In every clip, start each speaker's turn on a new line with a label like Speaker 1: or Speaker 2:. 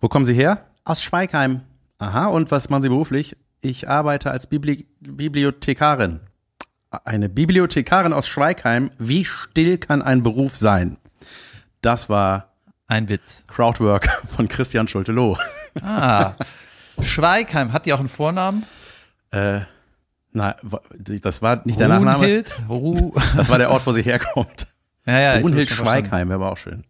Speaker 1: Wo kommen Sie her?
Speaker 2: Aus Schweigheim.
Speaker 1: Aha, und was machen Sie beruflich? Ich arbeite als Bibli Bibliothekarin. Eine Bibliothekarin aus Schweigheim. Wie still kann ein Beruf sein? Das war
Speaker 3: Ein Witz.
Speaker 1: Crowdwork von Christian Schulte-Loh.
Speaker 3: Ah. Schweigheim, hat die auch einen Vornamen?
Speaker 1: Äh, na, wa- das war nicht der Nachname.
Speaker 3: Brunhild? Ru
Speaker 1: Das war der Ort, wo sie herkommt.
Speaker 3: ja, ja, ich
Speaker 1: Brunhild
Speaker 3: hab's schon verstanden.
Speaker 1: Schweigheim wäre aber auch schön.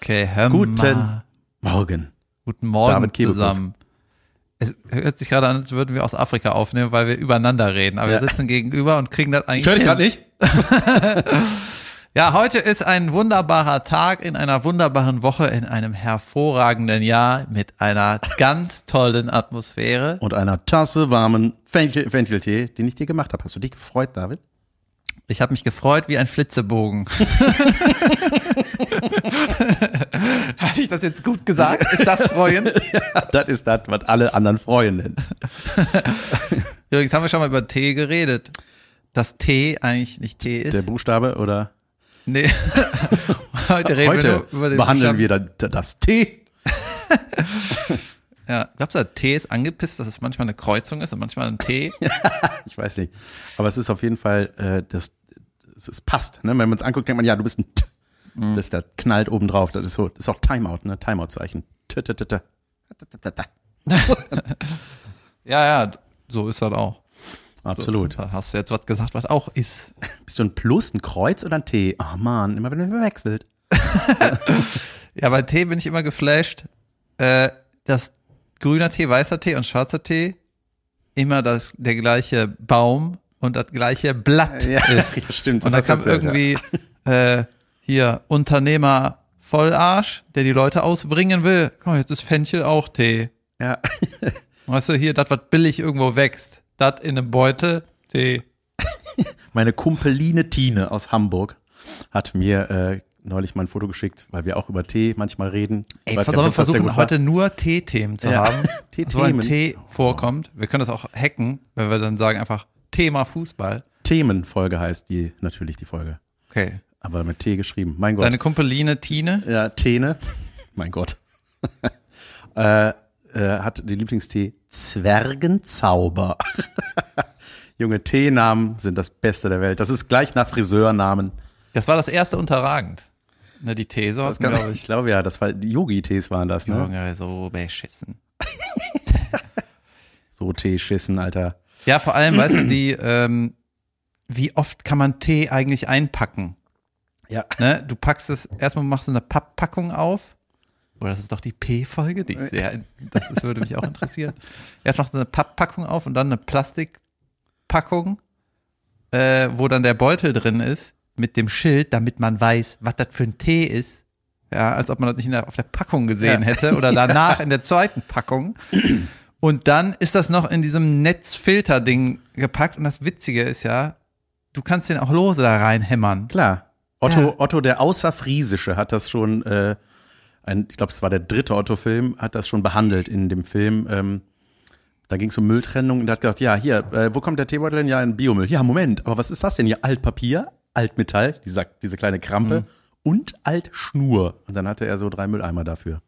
Speaker 3: Okay, hör
Speaker 1: Guten
Speaker 3: mal.
Speaker 1: Morgen.
Speaker 3: Guten Morgen
Speaker 1: David Kebekus.
Speaker 3: zusammen. Es hört sich gerade an, als würden wir aus Afrika aufnehmen, weil wir übereinander reden. Aber
Speaker 1: Ja.
Speaker 3: wir sitzen gegenüber und kriegen das eigentlich.
Speaker 1: Ich höre dich
Speaker 3: hin.
Speaker 1: gerade nicht.
Speaker 3: Ja, heute ist ein wunderbarer Tag in einer wunderbaren Woche, in einem hervorragenden Jahr mit einer ganz tollen Atmosphäre.
Speaker 1: Und einer Tasse warmen Fenchel- Fencheltee, den ich dir gemacht habe. Hast du dich gefreut, David?
Speaker 3: Ich habe mich gefreut wie ein Flitzebogen. habe ich das jetzt gut gesagt? Ist das Freuen?
Speaker 1: Das ist das, was alle anderen freuen nennen.
Speaker 3: Übrigens haben wir schon mal über Tee geredet. Dass Tee eigentlich nicht Tee
Speaker 1: Der
Speaker 3: ist.
Speaker 1: Buchstabe oder
Speaker 3: Nee. Heute reden wir
Speaker 1: heute
Speaker 3: nur über den
Speaker 1: behandeln
Speaker 3: Buchstaben.
Speaker 1: wir da- das T.
Speaker 3: Ja, glaubst du, der Tee ist angepisst, dass es manchmal eine Kreuzung ist und manchmal ein Tee?
Speaker 1: Ich weiß nicht. Aber es ist auf jeden Fall, äh, das, es, es passt. Ne? Wenn man es anguckt, denkt man, ja, du bist ein T.
Speaker 3: Mhm.
Speaker 1: Das, das knallt oben drauf. Das ist so, das ist auch Timeout, ne? Timeout-Zeichen. T, t, t, t.
Speaker 3: ja, ja, so ist das auch.
Speaker 1: Absolut.
Speaker 3: Da hast du jetzt was gesagt, was auch ist.
Speaker 1: Bist du ein Plus, ein Kreuz oder ein T? Oh Mann, immer wenn man verwechselt.
Speaker 3: Ja, bei Tee bin ich immer geflasht, äh, dass grüner Tee, weißer Tee und schwarzer Tee immer das, der gleiche Baum und das gleiche Blatt ist.
Speaker 1: stimmt.
Speaker 3: Und da
Speaker 1: das
Speaker 3: kam
Speaker 1: hast du erzählt, ja.
Speaker 3: irgendwie äh, hier Unternehmer Vollarsch, der die Leute ausbringen will. Guck mal, jetzt ist Fenchel auch Tee.
Speaker 1: Ja.
Speaker 3: Weißt du, hier, das, was billig irgendwo wächst, das in einem Beutel, Tee.
Speaker 1: Meine Kumpeline Tine aus Hamburg hat mir äh, neulich mal ein Foto geschickt, weil wir auch über Tee manchmal reden. Ich
Speaker 3: Ey,
Speaker 1: weiß
Speaker 3: pass
Speaker 1: gar
Speaker 3: auf, wir
Speaker 1: nicht, ob das der
Speaker 3: versuchen
Speaker 1: gut war.
Speaker 3: heute nur Tee-Themen zu
Speaker 1: Ja.
Speaker 3: haben. So ein
Speaker 1: Tee-Themen.
Speaker 3: Tee vorkommt. Wir können das auch hacken, wenn wir dann sagen einfach Thema Fußball.
Speaker 1: Themenfolge heißt die natürlich die Folge,
Speaker 3: Okay.
Speaker 1: aber mit T geschrieben. Mein Gott.
Speaker 3: Deine Kumpeline Tine.
Speaker 1: ja, Tene. mein Gott. äh, äh, hat den Lieblingstee Zwergenzauber. Junge, Teenamen sind das Beste der Welt. Das ist gleich nach Friseurnamen.
Speaker 3: Das war das erste unterragend. Ne, die These war glaube
Speaker 1: ich
Speaker 3: ich.
Speaker 1: glaube ja, das war die Yogi-Tees waren das, ne?
Speaker 3: Junge, so beschissen.
Speaker 1: So Teeschissen, Alter.
Speaker 3: Ja, vor allem, weißt du, die, ähm, wie oft kann man Tee eigentlich einpacken?
Speaker 1: Ja.
Speaker 3: Ne? Du packst es, erstmal machst du eine Papppackung auf. Oder das ist doch die P-Folge, die
Speaker 1: Äh.
Speaker 3: ich sehr, das ist, würde mich auch interessieren. Erst machst du eine Papppackung auf und dann eine Plastikpackung, äh, wo dann der Beutel drin ist, mit dem Schild, damit man weiß, was das für ein Tee ist. Ja, als ob man das nicht in der, auf der Packung gesehen
Speaker 1: Ja.
Speaker 3: hätte oder danach in der zweiten Packung. Und dann ist das noch in diesem Netzfilter-Ding gepackt. Und das Witzige ist ja, du kannst den auch lose da reinhämmern.
Speaker 1: Klar. Otto,
Speaker 3: Ja.
Speaker 1: Otto der Außerfriesische hat das schon, äh, ein, ich glaube, es war der dritte Otto-Film, hat das schon behandelt in dem Film. Ähm, da ging es um Mülltrennung und er hat gesagt, ja, hier, äh, wo kommt der Teebeutel denn? Ja, in Biomüll. Ja, Moment, aber was ist das denn hier? Altpapier, Altmetall, dieser, diese kleine Krampe und Altschnur. Und dann hatte er so drei Mülleimer dafür.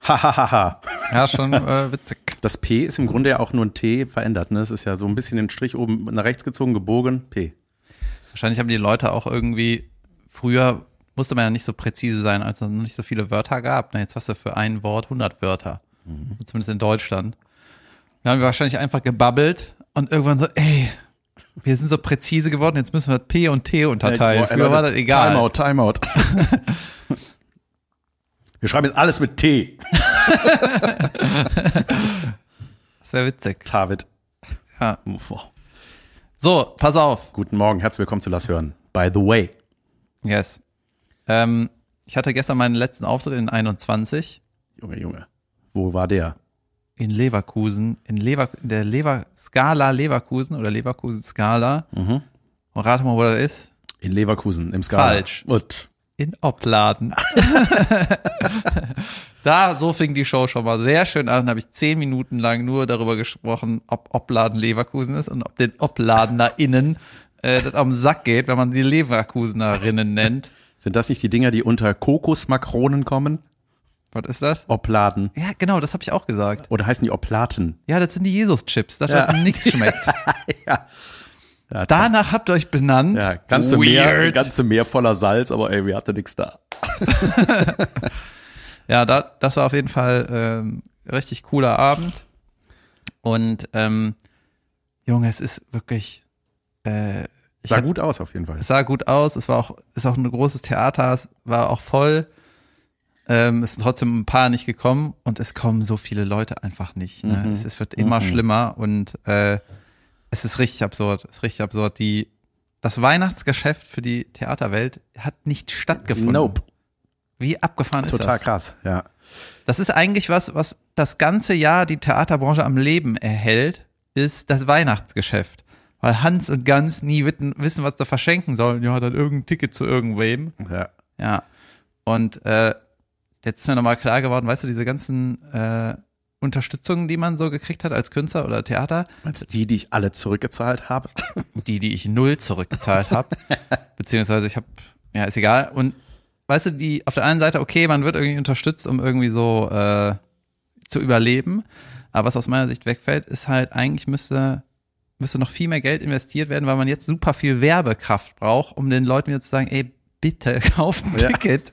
Speaker 1: Hahaha.
Speaker 3: Ja, schon äh, witzig.
Speaker 1: das P ist im Grunde ja auch nur ein T verändert. Ne? Es ist ja so ein bisschen den Strich oben nach rechts gezogen, gebogen, P.
Speaker 3: Wahrscheinlich haben die Leute auch irgendwie, früher musste man ja nicht so präzise sein, als es noch nicht so viele Wörter gab. Na, jetzt hast du für ein Wort 100 Wörter. Zumindest in Deutschland. Da haben wir wahrscheinlich einfach gebabbelt und irgendwann so, ey, wir sind so präzise geworden, jetzt müssen wir P und T unterteilen.
Speaker 1: Boah,
Speaker 3: Früher war das egal.
Speaker 1: Timeout, Timeout. Wir schreiben jetzt alles mit T.
Speaker 3: Das wäre witzig.
Speaker 1: David.
Speaker 3: Ja.
Speaker 1: Wow.
Speaker 3: So, pass auf.
Speaker 1: Guten Morgen, herzlich willkommen zu Lass hören. By the way.
Speaker 3: Yes. Ähm, ich hatte gestern meinen letzten Auftritt in 21
Speaker 1: Junge, Junge. Wo war der?
Speaker 3: in Leverkusen, in Lever in der Lever Skala Leverkusen oder Leverkusen Skala. Und rate mal, wo das ist.
Speaker 1: In Leverkusen, im Skala.
Speaker 3: Falsch.
Speaker 1: Und
Speaker 3: In Opladen. da, so fing die Show schon mal sehr schön an. Da habe ich zehn Minuten lang nur darüber gesprochen, ob Opladen Leverkusen ist und ob den OpladenerInnen äh, das am Sack geht, wenn man die Leverkusenerinnen nennt.
Speaker 1: sind das nicht die Dinger, die unter Kokosmakronen kommen?
Speaker 3: Was ist das?
Speaker 1: Opladen.
Speaker 3: Ja, genau, das habe ich auch gesagt.
Speaker 1: Oder heißen die Oplaten?
Speaker 3: Ja, das sind die Jesus-Chips, das
Speaker 1: Ja.
Speaker 3: hat nichts schmeckt.
Speaker 1: ja. ja
Speaker 3: Danach habt ihr euch benannt.
Speaker 1: Ja, ganze Meer,
Speaker 3: Weird.
Speaker 1: ganze Meer voller Salz, aber ey, wir hatten nichts da.
Speaker 3: ja, da, das war auf jeden Fall ähm, richtig cooler Abend. Und ähm, Junge, es ist wirklich. Äh, ich
Speaker 1: Sah
Speaker 3: hatte-
Speaker 1: gut aus auf jeden Fall.
Speaker 3: Es sah gut aus, es war auch, ist auch ein großes Theater, es war auch voll. Ähm, es sind trotzdem ein paar nicht gekommen und es kommen so viele Leute einfach nicht. Ne?
Speaker 1: Mhm.
Speaker 3: Es, es wird immer schlimmer und äh, es ist richtig absurd. Es ist richtig absurd. Die, das Weihnachtsgeschäft für die Theaterwelt hat nicht stattgefunden.
Speaker 1: Nope.
Speaker 3: Wie abgefahren ist
Speaker 1: Total
Speaker 3: das?
Speaker 1: krass, ja.
Speaker 3: Das ist eigentlich was, was das ganze Jahr die Theaterbranche am Leben erhält, ist das Weihnachtsgeschäft. Weil Hans und Gans nie witten, wissen, was da verschenken sollen. Ja, dann irgendein Ticket zu irgendwem.
Speaker 1: ja.
Speaker 3: Ja. Und äh, jetzt ist mir nochmal klar geworden, weißt du, diese ganzen äh, Unterstützungen, die man so gekriegt hat als Künstler oder Theater,
Speaker 1: Meinst du die, die ich alle zurückgezahlt habe?
Speaker 3: die, die ich null zurückgezahlt habe, beziehungsweise ich habe, ja, ist egal. Und weißt du, die auf der einen Seite, okay, man wird irgendwie unterstützt, um irgendwie so äh, zu überleben. Aber was aus meiner Sicht wegfällt, ist halt, eigentlich müsste, müsste noch viel mehr Geld investiert werden, weil man jetzt super viel Werbekraft braucht, um den Leuten wieder zu sagen, ey, bitte kauft ein
Speaker 1: Ja.
Speaker 3: Ticket.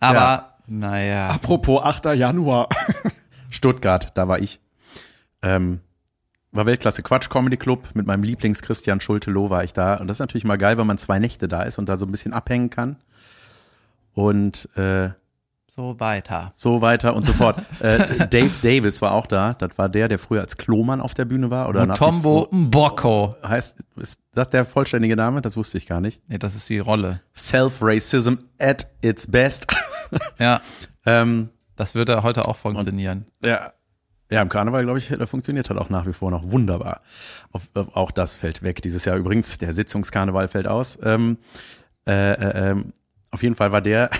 Speaker 3: Aber,
Speaker 1: Ja.
Speaker 3: naja.
Speaker 1: Apropos 8. Januar. Stuttgart, da war ich. Ähm, war Weltklasse Quatsch Comedy Club. Mit meinem Lieblings Christian Schulte-Loh war ich da. Und das ist natürlich mal geil, wenn man zwei Nächte da ist und da so ein bisschen abhängen kann. Und äh,
Speaker 3: So weiter.
Speaker 1: so weiter und so fort. äh, Dave Davis war auch da. Das war der, der früher als Klomann auf der Bühne war. Oder nach wie
Speaker 3: Tombo Mboko.
Speaker 1: vor- Heißt, ist das der vollständige Name? Das wusste ich gar nicht.
Speaker 3: Nee, das ist die Rolle.
Speaker 1: Self-Racism at its best.
Speaker 3: Ja,
Speaker 1: ähm,
Speaker 3: das würde heute auch funktionieren.
Speaker 1: ja. Ja, im Karneval, glaube ich, da funktioniert halt auch nach wie vor noch wunderbar. Auf, auf, auch das fällt weg dieses Jahr übrigens. Der Sitzungskarneval fällt aus. Ähm, äh, äh, ähm, auf jeden Fall war der,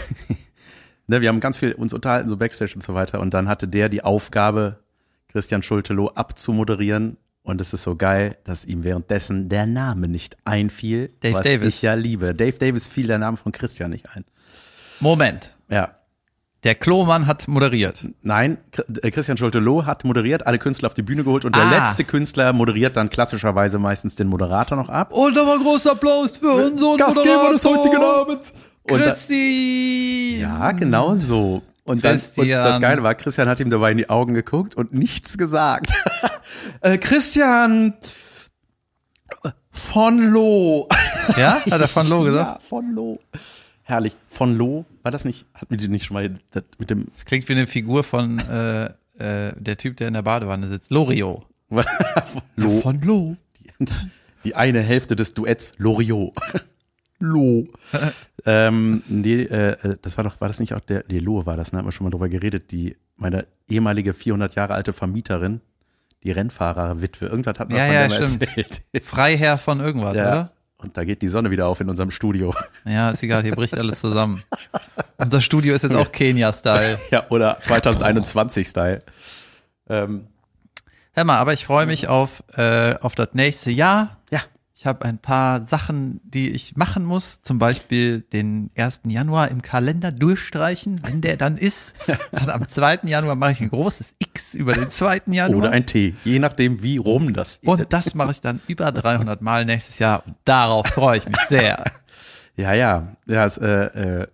Speaker 1: ne, wir haben ganz viel uns unterhalten, so Backstage und so weiter. Und dann hatte der die Aufgabe, Christian Schultelow abzumoderieren. Und es ist so geil, dass ihm währenddessen der Name nicht einfiel,
Speaker 3: Dave
Speaker 1: was
Speaker 3: Davis.
Speaker 1: ich ja liebe. Dave Davis fiel der Name von Christian nicht ein.
Speaker 3: Moment.
Speaker 1: Ja,
Speaker 3: Der Klomann hat moderiert.
Speaker 1: Nein, Chr- äh, Christian Schulte-Loh hat moderiert, alle Künstler auf die Bühne geholt und der
Speaker 3: Ah.
Speaker 1: letzte Künstler moderiert dann klassischerweise meistens den Moderator noch ab.
Speaker 3: Und nochmal großen Applaus für unseren
Speaker 1: Abends. Und da,
Speaker 3: Christi.
Speaker 1: ja, genau so. Und, dann, und
Speaker 3: Christian.
Speaker 1: das Geile war, Christian hat ihm dabei in die Augen geguckt und nichts gesagt. äh, Christian äh, von Loh.
Speaker 3: Ja, hat er von Loh gesagt.
Speaker 1: Ja, von Loh. Herrlich. Von Loh, war das nicht, hat mir die nicht schon mal das mit dem
Speaker 3: Das klingt wie eine Figur von äh, äh, der Typ, der in der Badewanne sitzt. Lorio.
Speaker 1: von Loh.
Speaker 3: Von Lo.
Speaker 1: Die eine Hälfte des Duetts Loriot. Lo. ähm, nee, äh, das war doch, war das nicht auch der, nee, Lo war das, ne? Haben wir schon mal drüber geredet, die, meine ehemalige 400 Jahre alte Vermieterin, die Rennfahrerwitwe, irgendwas hat man
Speaker 3: Ja,
Speaker 1: von
Speaker 3: ja,
Speaker 1: der mal
Speaker 3: stimmt.
Speaker 1: erzählt.
Speaker 3: Freiherr von irgendwas,
Speaker 1: ja.
Speaker 3: oder?
Speaker 1: Und da geht die Sonne wieder auf in unserem Studio.
Speaker 3: Ja, ist egal, hier bricht alles zusammen. Unser Studio ist jetzt auch Kenia-Style.
Speaker 1: ja, oder 2021-Style. Ähm,
Speaker 3: Hör mal, aber ich freue mich auf, äh, auf das nächste Jahr.
Speaker 1: ja,
Speaker 3: Ich habe ein paar Sachen, die ich machen muss. Zum Beispiel den 1. Januar im Kalender durchstreichen, wenn der dann ist. Dann am 2. Januar mache ich ein großes X über den 2. Januar.
Speaker 1: oder ein Tee, je nachdem, wie rum das
Speaker 3: und das mache ich dann über 300 Mal nächstes Jahr. Und darauf freue ich mich sehr.
Speaker 1: Ja, ja, ja, es, äh, äh,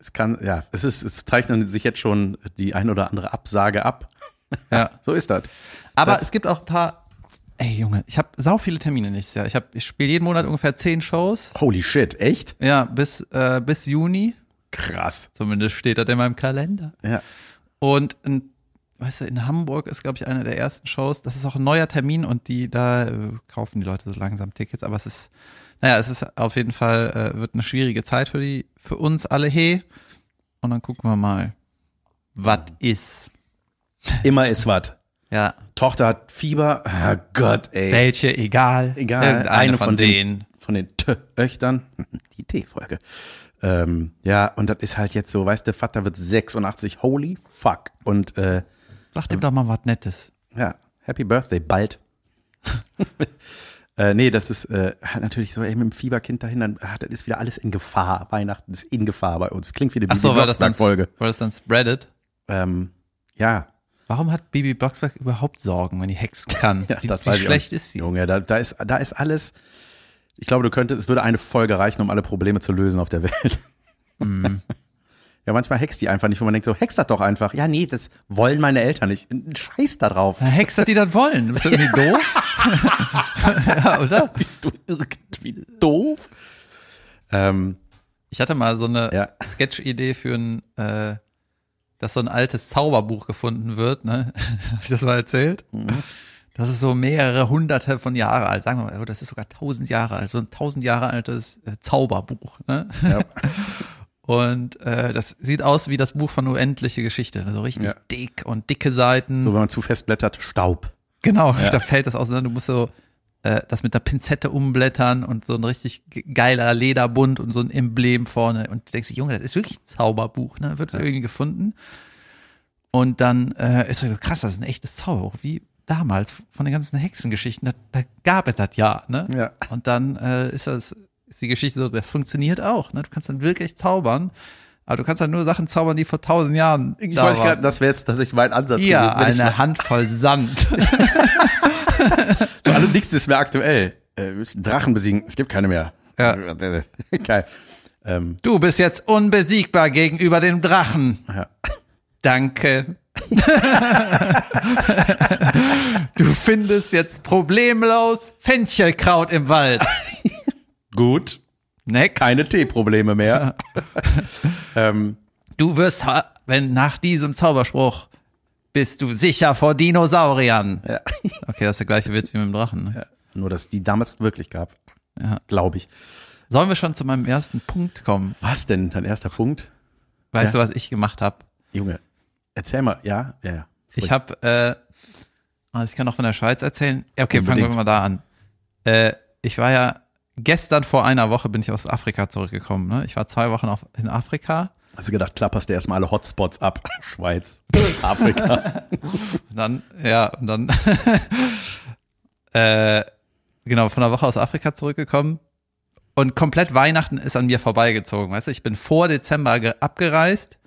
Speaker 1: es kann, ja, es ist, es zeichnen sich jetzt schon die ein oder andere Absage ab.
Speaker 3: Ja.
Speaker 1: So ist das.
Speaker 3: Aber es gibt auch ein paar. Ey Junge, ich habe sau viele Termine nächstes Jahr. Ich, hab- ich spiele jeden Monat ungefähr 10 Shows.
Speaker 1: Holy shit, echt?
Speaker 3: Ja, bis, äh, bis Juni.
Speaker 1: Krass.
Speaker 3: Zumindest steht das in meinem Kalender.
Speaker 1: Ja.
Speaker 3: Und in, weißt du, in Hamburg ist, glaube ich, eine der ersten Shows. Das ist auch ein neuer Termin und die, da äh, kaufen die Leute so langsam Tickets. Aber es ist, naja, es ist auf jeden Fall, äh, wird eine schwierige Zeit für die, für uns alle he. Und dann gucken wir mal, was ist.
Speaker 1: Immer ist was.
Speaker 3: Ja.
Speaker 1: Tochter hat Fieber. Ah, Gott, ey.
Speaker 3: Welche, egal.
Speaker 1: Egal,
Speaker 3: Irgendeine
Speaker 1: eine
Speaker 3: von,
Speaker 1: von
Speaker 3: denen.
Speaker 1: Von den Töchtern. Die T-Folge. Ähm, ja, und das ist halt jetzt so, weißt du, Vater wird 86. Holy fuck. Und, äh,
Speaker 3: Sag dem doch mal was Nettes.
Speaker 1: Ja, Happy Birthday bald. Äh, nee, das ist äh, hat natürlich so ey, mit dem Fieberkind dahin, dann ah, das ist wieder alles in Gefahr. Weihnachten ist in Gefahr bei uns. Klingt wie eine
Speaker 3: Ach so, war das dann,
Speaker 1: Folge.
Speaker 3: war das dann spreaded?
Speaker 1: Ähm, ja,
Speaker 3: Warum hat Bibi Blocksberg überhaupt Sorgen, wenn die Hexen kann?
Speaker 1: Ja,
Speaker 3: wie
Speaker 1: das
Speaker 3: wie
Speaker 1: weiß ich auch
Speaker 3: schlecht ist sie?
Speaker 1: Junge, da, da, ist, da ist alles. Ich glaube, du könntest, es würde eine Folge reichen, um alle Probleme zu lösen auf der Welt.
Speaker 3: Mhm.
Speaker 1: ja, manchmal hext die einfach nicht, wo man denkt so, hext das doch einfach. Ja, nee, das wollen meine Eltern nicht. Scheiß da drauf.
Speaker 3: Na, Hexer, die das wollen. Bist du irgendwie doof? ja, oder?
Speaker 1: Bist du irgendwie doof? Ähm,
Speaker 3: Ich hatte mal so eine
Speaker 1: Ja.
Speaker 3: Sketch-Idee für ein, äh, dass so ein altes Zauberbuch gefunden wird, ne? Habe ich das mal erzählt?
Speaker 1: Mhm.
Speaker 3: Das ist so mehrere hunderte von Jahre alt, sagen wir mal, oh, das ist sogar tausend Jahre alt, so ein tausend Jahre altes äh, Zauberbuch, ne?
Speaker 1: ja.
Speaker 3: Und äh, das sieht aus wie das Buch von Unendliche Geschichte, so richtig
Speaker 1: Ja.
Speaker 3: dick und dicke Seiten.
Speaker 1: so, wenn man zu fest blättert, Staub.
Speaker 3: Genau, da fällt das auseinander. Du musst so äh, das mit der Pinzette umblättern und so ein richtig ge- geiler Lederbund und so ein Emblem vorne. Und du denkst, dir, Junge, das ist wirklich ein Zauberbuch. Ne? Wird irgendwie gefunden. Und dann äh, ist das so krass, das ist ein echtes Zauberbuch. Wie damals von den ganzen Hexengeschichten, da, da gab es das ja. Ne?
Speaker 1: Ja.
Speaker 3: Und dann äh, ist das ist die Geschichte so, das funktioniert auch. Ne? Du kannst dann wirklich zaubern. Aber du kannst dann nur Sachen zaubern, die vor tausend Jahren
Speaker 1: Ich
Speaker 3: da
Speaker 1: weiß
Speaker 3: waren.
Speaker 1: gerade, das wäre jetzt tatsächlich mein Ansatz
Speaker 3: Ja,
Speaker 1: gewesen. Wenn ich
Speaker 3: eine Handvoll Sand.
Speaker 1: So, also nichts ist mehr aktuell. Äh, wir müssen Drachen besiegen, es gibt keine mehr.
Speaker 3: Ja.
Speaker 1: Geil. Ähm,
Speaker 3: Du bist jetzt unbesiegbar gegenüber dem Drachen.
Speaker 1: Ja.
Speaker 3: Danke. du findest jetzt problemlos Fenchelkraut im Wald.
Speaker 1: gut,
Speaker 3: Next.
Speaker 1: keine Teeprobleme mehr. ähm,
Speaker 3: Du wirst, ha- wenn nach diesem Zauberspruch, bist du sicher vor Dinosauriern.
Speaker 1: ja.
Speaker 3: Okay, das ist der gleiche Witz wie mit dem Drachen. Ne?
Speaker 1: Nur, dass die damals wirklich gab,
Speaker 3: Ja.
Speaker 1: glaube ich.
Speaker 3: Sollen wir schon zu meinem ersten Punkt kommen?
Speaker 1: Was denn? Dein erster Punkt?
Speaker 3: Weißt
Speaker 1: Ja.
Speaker 3: du, was ich gemacht habe?
Speaker 1: Junge, erzähl mal. Ja, ja, ja.
Speaker 3: Ich habe, äh, also ich kann noch von der Schweiz erzählen. Ja, okay, fangen
Speaker 1: Unbedingt.
Speaker 3: wir mal da an. Äh, ich war ja gestern vor einer Woche bin ich aus Afrika zurückgekommen. Ne? Ich war zwei Wochen auf, in Afrika.
Speaker 1: Hast du gedacht, klapperst du erstmal alle Hotspots ab? Schweiz, Afrika.
Speaker 3: Und dann, ja, und dann, äh, genau, von einer Woche aus Afrika zurückgekommen. Und komplett Weihnachten ist an mir vorbeigezogen. Weißt du, ich bin vor Dezember ge- abgereist,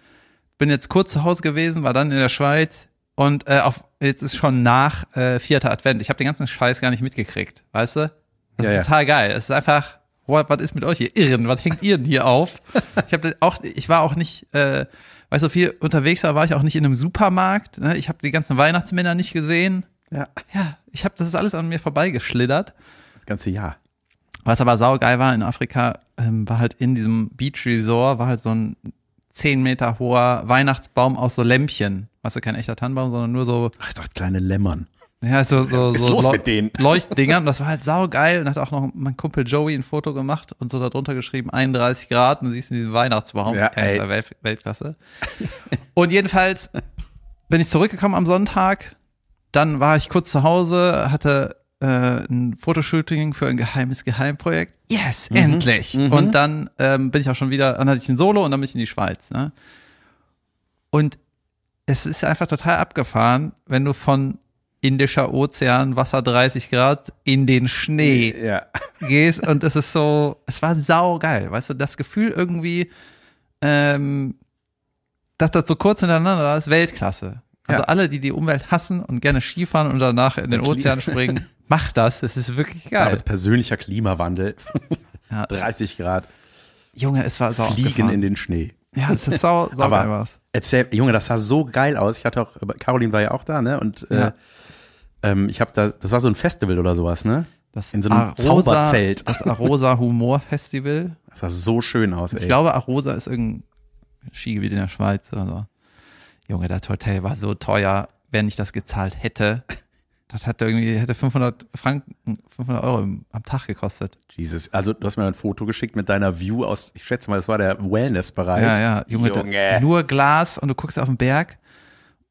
Speaker 3: bin jetzt kurz zu Hause gewesen, war dann in der Schweiz und äh, auf, jetzt ist schon nach äh, vierter Advent. Ich habe den ganzen Scheiß gar nicht mitgekriegt, weißt du? Das
Speaker 1: Ja,
Speaker 3: ist
Speaker 1: ja.
Speaker 3: total geil. Es ist einfach, what, was ist mit euch hier? Irren, was hängt ihr denn hier auf? Ich habe auch, ich war auch nicht, äh, weißt du, viel unterwegs war, war ich auch nicht in einem Supermarkt. Ne? Ich habe die ganzen Weihnachtsmänner nicht gesehen.
Speaker 1: Ja,
Speaker 3: Ja, ich habe, das ist alles an mir vorbeigeschlittert.
Speaker 1: das ganze Jahr.
Speaker 3: Was aber saugeil war in Afrika, ähm, war halt in diesem Beach Resort, war halt so ein 10 Meter hoher Weihnachtsbaum aus so Lämpchen. Weißt du, kein echter Tannenbaum, sondern nur so,
Speaker 1: Ach doch, kleine Lämmern.
Speaker 3: ja, so, so,
Speaker 1: Ist
Speaker 3: so
Speaker 1: los
Speaker 3: Leu-
Speaker 1: mit denen.
Speaker 3: Leuchtdingern. Das war halt saugeil. Und hat auch noch mein Kumpel Joey ein Foto gemacht und so darunter geschrieben, 31 Grad. Und du siehst in diesem Weihnachtsbaum.
Speaker 1: Ja,
Speaker 3: Ja,
Speaker 1: ey.
Speaker 3: Erster Welt, Weltklasse. und jedenfalls bin ich zurückgekommen am Sonntag. Dann war ich kurz zu Hause, hatte äh, ein Fotoshooting für ein geheimes Geheimprojekt. Yes, endlich. Und dann ähm, bin ich auch schon wieder, dann hatte ich ein Solo und dann bin ich in die Schweiz. Ne? Und es ist einfach total abgefahren, wenn du von Indischer Ozean, Wasser 30 Grad, in den Schnee
Speaker 1: Ja.
Speaker 3: gehst und es ist so, es war saugeil, weißt du, das Gefühl irgendwie, ähm, dass das so kurz hintereinander war, ist Weltklasse. Also
Speaker 1: Ja.
Speaker 3: alle, die die Umwelt hassen und gerne Skifahren und danach in den
Speaker 1: Natürlich.
Speaker 3: Ozean springen, macht das, es ist wirklich
Speaker 1: Aber
Speaker 3: geil.
Speaker 1: als persönlicher Klimawandel.
Speaker 3: Ja,
Speaker 1: 30 Grad,
Speaker 3: Junge, es war so
Speaker 1: fliegen in den Schnee.
Speaker 3: Ja, es ist sau, sau geil
Speaker 1: Aber
Speaker 3: was.
Speaker 1: erzähl, Junge, das sah so geil aus. Ich hatte auch, Caroline war ja auch da, ne? Und äh,
Speaker 3: Ja.
Speaker 1: ähm, ich habe da, das war so ein Festival oder sowas, ne?
Speaker 3: Das
Speaker 1: in so einem
Speaker 3: Arosa-
Speaker 1: Zauberzelt.
Speaker 3: Das Arosa Humor Festival.
Speaker 1: Das sah so schön aus, ey.
Speaker 3: Ich glaube, Arosa ist irgendein Skigebiet in der Schweiz oder so. Junge, das Hotel war so teuer, wenn ich das gezahlt hätte. Das hat irgendwie, hätte 500 Franken, 500 Euro im, am Tag gekostet.
Speaker 1: Jesus. Also, du hast mir ein Foto geschickt mit deiner View aus, ich schätze mal, das war der Wellness-Bereich.
Speaker 3: Ja, ja, Junge, da-
Speaker 1: Junge.
Speaker 3: nur Glas und du guckst auf den Berg.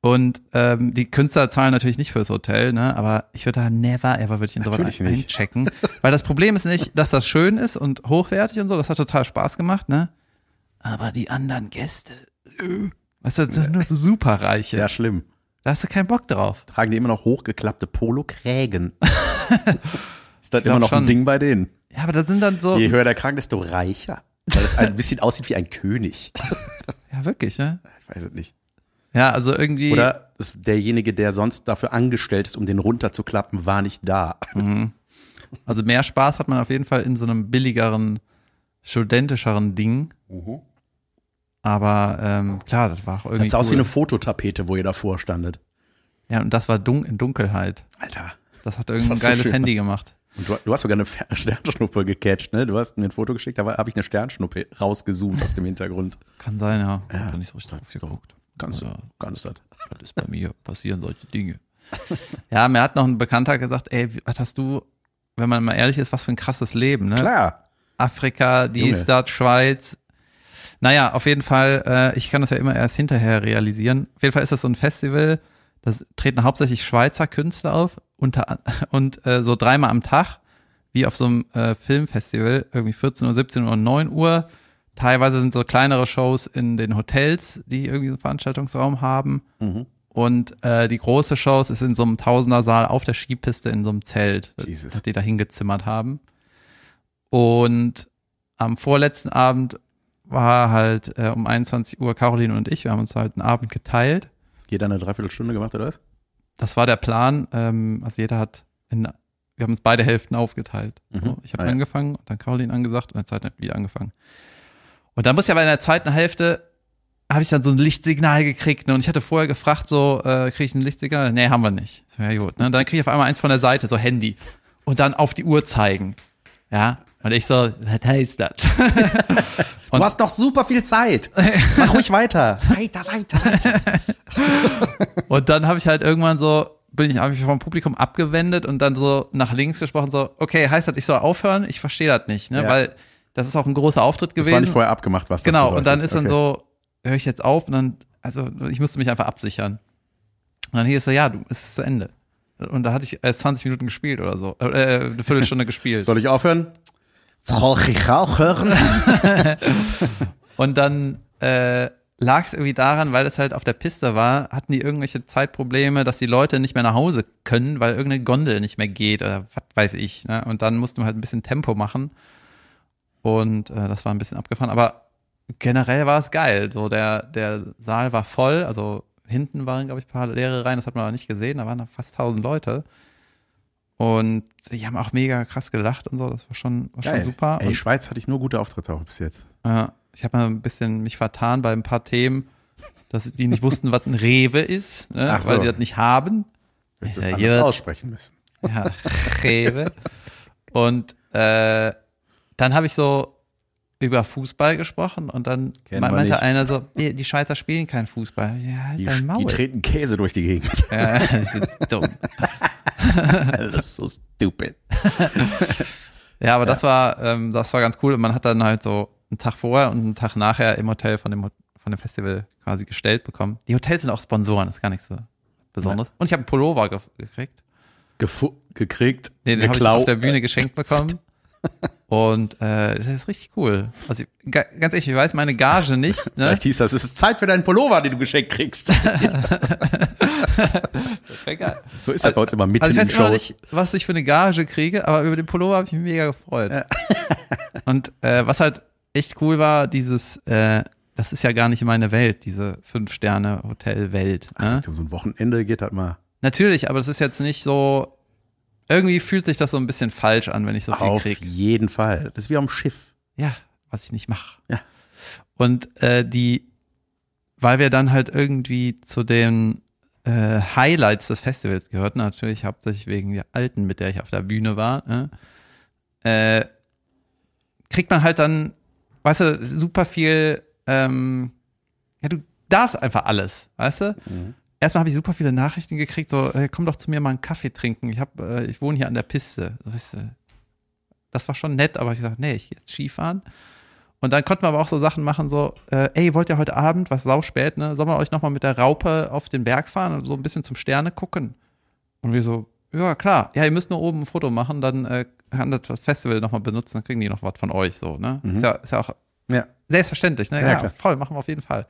Speaker 3: Und ähm, die Künstler zahlen natürlich nicht fürs Hotel, ne? Aber ich würde da never ever würde ich in sowas
Speaker 1: Natürlich
Speaker 3: ein,
Speaker 1: nicht.
Speaker 3: einchecken. Weil das Problem ist nicht, dass das schön ist und hochwertig und so, das hat total Spaß gemacht, ne? Aber die anderen Gäste, äh, weißt du, das sind nur so superreiche.
Speaker 1: Ja, schlimm.
Speaker 3: Da hast du keinen Bock drauf.
Speaker 1: Tragen die immer noch hochgeklappte Polo-Krägen. Ist das
Speaker 3: glaub
Speaker 1: immer noch ein
Speaker 3: schon. Oh.
Speaker 1: Ding bei denen?
Speaker 3: Ja, aber das sind dann so.
Speaker 1: Je höher der Kragen, desto reicher. Weil es ein bisschen aussieht wie ein König.
Speaker 3: Ja, wirklich, ne?
Speaker 1: Ich weiß es nicht.
Speaker 3: Ja, also irgendwie.
Speaker 1: Oder ist derjenige, der sonst dafür angestellt ist, um den runterzuklappen, war nicht da.
Speaker 3: Also mehr Spaß hat man auf jeden Fall in so einem billigeren, studentischeren Ding. Aber ähm, klar, das war auch irgendwie.
Speaker 1: Das sah aus wie
Speaker 3: cool.
Speaker 1: eine Fototapete, wo ihr davor standet.
Speaker 3: ja, und das war dun in Dunkelheit.
Speaker 1: Alter.
Speaker 3: Das hat
Speaker 1: Das
Speaker 3: irgendein
Speaker 1: war so
Speaker 3: geiles
Speaker 1: schön.
Speaker 3: Handy gemacht.
Speaker 1: Und du, du hast sogar eine Fer- Sternschnuppe gecatcht, ne? Du hast mir ein Foto geschickt, da habe ich eine Sternschnuppe rausgezoomt aus dem Hintergrund.
Speaker 3: Kann sein, ja. Ich hab da nicht so richtig drauf geguckt.
Speaker 1: Kannst du, kannst das.
Speaker 3: Das ist bei mir, passieren solche Dinge. ja, mir hat noch ein Bekannter gesagt, ey, wie- was hast du, wenn man mal ehrlich ist, was für ein krasses Leben, ne?
Speaker 1: Klar.
Speaker 3: Afrika, die
Speaker 1: Junge.
Speaker 3: Stadt, Schweiz. Naja, auf jeden Fall, äh, ich kann das ja immer erst hinterher realisieren. Auf jeden Fall ist das so ein Festival, da treten hauptsächlich Schweizer Künstler auf unter, an- und äh, so dreimal am Tag, wie auf so einem äh, Filmfestival, irgendwie 14 Uhr, 17 Uhr und 9 Uhr. Teilweise sind so kleinere Shows in den Hotels, die irgendwie so einen Veranstaltungsraum haben.
Speaker 1: Mhm.
Speaker 3: Und äh, die große Shows ist in so einem Tausendersaal auf der Skipiste in so einem Zelt,
Speaker 1: Jesus.
Speaker 3: das die da hingezimmert haben. Und am vorletzten Abend war halt äh, um 21 Uhr Caroline und ich, wir haben uns halt einen Abend geteilt.
Speaker 1: Jeder eine Dreiviertelstunde gemacht, oder was?
Speaker 3: Das war der Plan. Ähm, also jeder hat, in, wir haben uns beide Hälften aufgeteilt.
Speaker 1: Mhm.
Speaker 3: So, ich habe
Speaker 1: Ah, ja.
Speaker 3: angefangen und dann Caroline angesagt und dann zweiten wieder angefangen. Und dann muss ich aber in der zweiten Hälfte habe ich dann so ein Lichtsignal gekriegt ne? und ich hatte vorher gefragt so äh, kriege ich ein Lichtsignal? Nee, haben wir nicht. So, ja gut. Ne? Und dann kriege ich auf einmal eins von der Seite so Handy und dann auf die Uhr zeigen. Ja. Und ich so, was heißt das?
Speaker 1: du hast noch super viel Zeit. Mach ruhig weiter. Weiter, weiter.
Speaker 3: Und dann habe ich halt irgendwann so, bin ich einfach vom Publikum abgewendet und dann so nach links gesprochen, so, okay, heißt das, ich soll aufhören? Ich verstehe das nicht, ne?
Speaker 1: Ja.
Speaker 3: Weil das ist auch ein großer Auftritt
Speaker 1: Das
Speaker 3: gewesen.
Speaker 1: war nicht vorher abgemacht, was das
Speaker 3: genau, und dann
Speaker 1: bedeutet.
Speaker 3: ist dann
Speaker 1: Okay.
Speaker 3: so, höre ich jetzt auf und dann, also ich musste mich einfach absichern. Und dann hieß so, ja, du, es ist zu Ende. Und da hatte ich erst 20 Minuten gespielt oder so, äh, äh, eine Viertelstunde gespielt.
Speaker 1: Soll ich aufhören? Soll ich auch hören?
Speaker 3: Und dann äh, lag es irgendwie daran, weil es halt auf der Piste war, hatten die irgendwelche Zeitprobleme, dass die Leute nicht mehr nach Hause können, weil irgendeine Gondel nicht mehr geht oder was weiß ich. Ne? Und dann mussten wir halt ein bisschen Tempo machen. Und äh, das war ein bisschen abgefahren. Aber generell war es geil. So der, der Saal war voll. Also hinten waren, glaube ich, ein paar leere Reihen. Das hat man noch nicht gesehen. Da waren noch fast 1000 Leute. Und die haben auch mega krass gelacht und so. Das war schon, war schon
Speaker 1: Geil.
Speaker 3: super.
Speaker 1: Ey,
Speaker 3: und
Speaker 1: Schweiz hatte ich nur gute Auftritte auch bis jetzt.
Speaker 3: ja, ich habe mal ein bisschen mich vertan bei ein paar Themen, dass die nicht wussten, was ein Rewe ist, ne?
Speaker 1: Ach so.
Speaker 3: weil die das nicht haben.
Speaker 1: Hättest du
Speaker 3: Ja,
Speaker 1: das anders
Speaker 3: jeder-
Speaker 1: aussprechen müssen.
Speaker 3: Ja, Rewe. Und äh, dann habe ich so über Fußball gesprochen und dann
Speaker 1: Kennen
Speaker 3: me-
Speaker 1: wir
Speaker 3: meinte
Speaker 1: nicht.
Speaker 3: einer so, "Nee, die Schweizer spielen keinen Fußball. Ja, halt
Speaker 1: Die,
Speaker 3: dein Maul.
Speaker 1: die treten Käse durch die Gegend.
Speaker 3: ja, das ist dumm.
Speaker 1: das ist so stupid.
Speaker 3: Ja, aber das war, ähm, das war ganz cool. Und man hat dann halt so einen Tag vorher und einen Tag nachher im Hotel von dem, Ho- von dem Festival quasi gestellt bekommen. Die Hotels sind auch Sponsoren, das ist gar nichts so Besonderes. Und ich habe einen Pullover ge gekriegt.
Speaker 1: Gefu gekriegt,
Speaker 3: Nee, den habe ich
Speaker 1: geklaut.
Speaker 3: auf der Bühne ne? geschenkt bekommen. Und äh, das ist richtig cool. Also ich, ga- ganz ehrlich, ich weiß meine Gage nicht. Ne?
Speaker 1: Vielleicht hieß das, es ist Zeit für deinen Pullover, den du geschenkt kriegst.
Speaker 3: Egal.
Speaker 1: So ist das bei uns immer mitten
Speaker 3: Also ich
Speaker 1: in
Speaker 3: weiß
Speaker 1: den
Speaker 3: immer noch
Speaker 1: Shows.
Speaker 3: nicht, was ich für eine Gage kriege, aber über den Pullover habe ich mich mega gefreut. Und äh, was halt echt cool war, dieses, äh, das ist ja gar nicht meine Welt, diese Fünf-Sterne-Hotel-Welt. Ne?
Speaker 1: So ein Wochenende geht halt mal
Speaker 3: Natürlich, aber das ist jetzt nicht so, irgendwie fühlt sich das so ein bisschen falsch an, wenn ich so viel
Speaker 1: auf
Speaker 3: kriege.
Speaker 1: jeden Fall. Das ist wie am Schiff.
Speaker 3: Ja, was ich nicht mache.
Speaker 1: Ja.
Speaker 3: Und äh, die, weil wir dann halt irgendwie zu den äh, Highlights des Festivals gehörten, natürlich hauptsächlich wegen der Alten, mit der ich auf der Bühne war, ne? äh, kriegt man halt dann, weißt du, super viel, ähm, ja, du darfst einfach alles, weißt du? Erstmal habe ich super viele Nachrichten gekriegt, so, äh, komm doch zu mir mal einen Kaffee trinken, ich, hab, äh, ich wohne hier an der Piste. So, weißt du, das war schon nett, aber ich dachte, nee, ich geh jetzt Skifahren. Und dann konnten wir aber auch so Sachen machen, so, äh, ey, wollt ihr heute Abend, was sau spät, ne, sollen wir euch nochmal mit der Raupe auf den Berg fahren und so ein bisschen zum Sterne gucken? Und wir so, ja, klar, ja, ihr müsst nur oben ein Foto machen, dann äh, kann das Festival nochmal benutzen, dann kriegen die noch was von euch, so, ne? Ist, ja, ist ja auch
Speaker 1: Mhm. Ja.
Speaker 3: Selbstverständlich, ne?
Speaker 1: Ja,
Speaker 3: Ja,
Speaker 1: klar.
Speaker 3: voll, machen wir auf jeden Fall.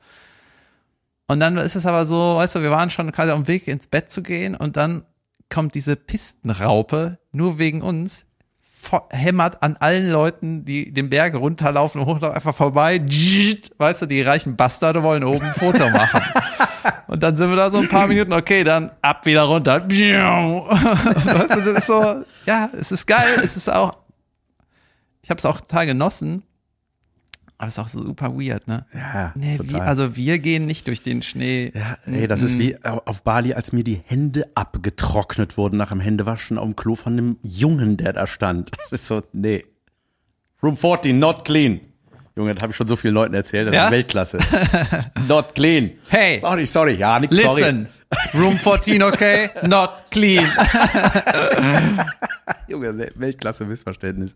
Speaker 3: Und dann ist es aber so, weißt du, wir waren schon quasi auf dem Weg ins Bett zu gehen und dann kommt diese Pistenraupe nur wegen uns vo- hämmert an allen Leuten, die den Berg runterlaufen und hochlaufen, einfach vorbei. Zzt, Weißt du, die reichen Bastarde wollen oben ein Foto machen. Und dann sind wir da so ein paar Minuten, okay, dann ab wieder runter. Weißt du, das ist so, ja, es ist geil, es ist auch, ich habe es auch total genossen, aber es ist auch super weird, ne?
Speaker 1: Ja,
Speaker 3: Nee, wir,
Speaker 1: total.
Speaker 3: also wir gehen nicht durch den Schnee.
Speaker 1: Ja, ey, das
Speaker 3: mm.
Speaker 1: ist wie au- auf Bali, als mir die Hände abgetrocknet wurden nach dem Händewaschen auf dem Klo von einem Jungen, der da stand. Das ist so, nee. Room 14, not clean. Junge, das habe ich schon so vielen Leuten erzählt, das
Speaker 3: Ja?
Speaker 1: ist Weltklasse. not clean.
Speaker 3: Hey.
Speaker 1: Sorry, sorry. Ja, nix, sorry. Ähm.
Speaker 3: Listen, Room 14, okay, not clean.
Speaker 1: Junge, sehr- Weltklasse Missverständnis.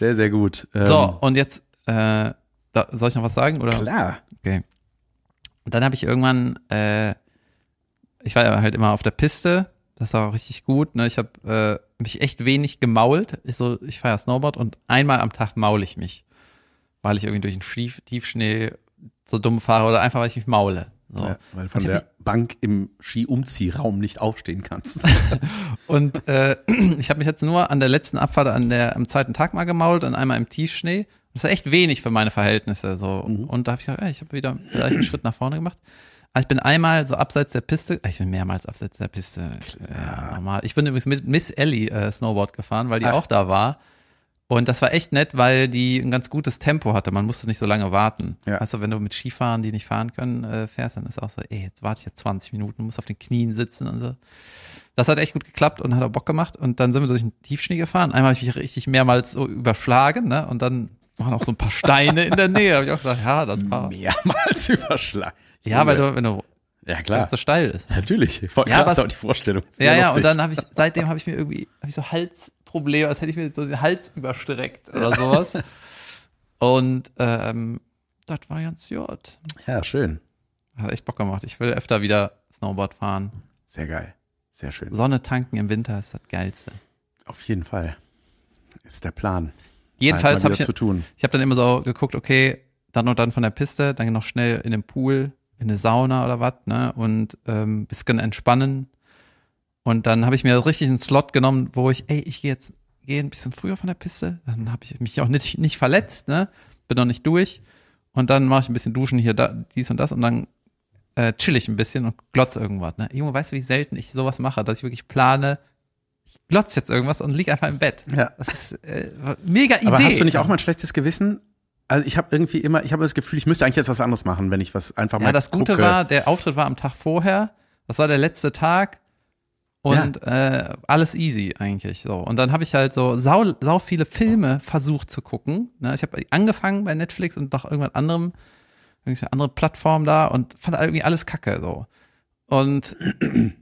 Speaker 1: Sehr, sehr gut. Ähm,
Speaker 3: So, und jetzt, äh, da, soll ich noch was sagen? Oder?
Speaker 1: Klar.
Speaker 3: Okay. Und dann habe ich irgendwann, äh, ich war halt immer auf der Piste, das war auch richtig gut. Ne? Ich habe äh, mich echt wenig gemault. Ich, so, ich fahre ja Snowboard und einmal am Tag maul ich mich, weil ich irgendwie durch den Stief, Tiefschnee so dumm fahre oder einfach, weil ich mich maule. So.
Speaker 1: Ja, weil du von
Speaker 3: Und ich hab
Speaker 1: der Bank im Skiumziehraum nicht aufstehen kannst.
Speaker 3: Und äh, ich habe mich jetzt nur an der letzten Abfahrt an der, am zweiten Tag mal gemault und einmal im Tiefschnee. Das war echt wenig für meine Verhältnisse. So. Und da habe ich gedacht, ey, ich habe wieder vielleicht einen Schritt nach vorne gemacht. Aber ich bin einmal so abseits der Piste, ich bin mehrmals abseits der Piste. Ja, normal. Ich bin übrigens mit Miss Ellie äh, Snowboard gefahren, weil die
Speaker 1: Ach.
Speaker 3: auch da war. Und das war echt nett, weil die ein ganz gutes Tempo hatte. Man musste nicht so lange warten.
Speaker 1: Ja.
Speaker 3: Also wenn du mit Skifahren, die nicht fahren können, äh, fährst, dann ist auch so, ey, jetzt warte ich jetzt 20 Minuten, muss auf den Knien sitzen und so. Das hat echt gut geklappt und hat auch Bock gemacht. Und dann sind wir durch den Tiefschnee gefahren. Einmal habe ich mich richtig mehrmals so überschlagen, ne? Und dann waren auch so ein paar Steine in der Nähe. Habe ich auch gedacht, ja, das war.
Speaker 1: Mehrmals überschlagen.
Speaker 3: Ja, weil du, wenn du
Speaker 1: Mm. Ja,
Speaker 3: wenn
Speaker 1: klar.
Speaker 3: es so steil ist.
Speaker 1: Natürlich. Voll
Speaker 3: Ja,
Speaker 1: krass,
Speaker 3: aber-
Speaker 1: auch die Vorstellung. Sehr
Speaker 3: Ja, ja,
Speaker 1: lustig.
Speaker 3: und dann habe ich, seitdem habe ich mir irgendwie, habe ich so Halsprobleme, als hätte ich mir so den Hals überstreckt oder sowas. Und ähm, das war ganz gut.
Speaker 1: Ja, schön.
Speaker 3: Hat echt Bock gemacht. Ich will öfter wieder Snowboard fahren.
Speaker 1: Sehr geil. Sehr schön.
Speaker 3: Sonne tanken im Winter ist das Geilste.
Speaker 1: Auf jeden Fall. Ist der Plan.
Speaker 3: Jedenfalls
Speaker 1: Mal
Speaker 3: habe
Speaker 1: wieder
Speaker 3: ich,
Speaker 1: zu tun.
Speaker 3: ich habe dann immer so geguckt, okay, dann und dann von der Piste, dann noch schnell in den Pool, in eine Sauna oder was, ne? Und ähm, bisschen entspannen. Und dann habe ich mir richtig einen Slot genommen, wo ich, ey, ich gehe jetzt gehe ein bisschen früher von der Piste. Dann habe ich mich auch nicht, nicht verletzt, ne? Bin noch nicht durch. Und dann mache ich ein bisschen Duschen hier, da, dies und das und dann äh, chill ich ein bisschen und glotze irgendwas. Ne? Junge, weißt du, wie selten ich sowas mache, dass ich wirklich plane, ich glotze jetzt irgendwas und lieg einfach im Bett.
Speaker 1: Ja.
Speaker 3: Das ist äh, mega Idee.
Speaker 1: Aber hast du nicht auch mal ein schlechtes Gewissen? Also ich habe irgendwie immer, ich habe das Gefühl, ich müsste eigentlich jetzt was anderes machen, wenn ich was einfach mal
Speaker 3: Ja, das Gute
Speaker 1: gucke.
Speaker 3: war, der Auftritt war am Tag vorher. Das war der letzte Tag. Und äh, alles easy eigentlich so. Und dann habe ich halt so sau, sau viele Filme versucht zu gucken. Ne? Ich habe angefangen bei Netflix und noch irgendwann anderem, irgendeine andere Plattform da und fand irgendwie alles kacke so. Und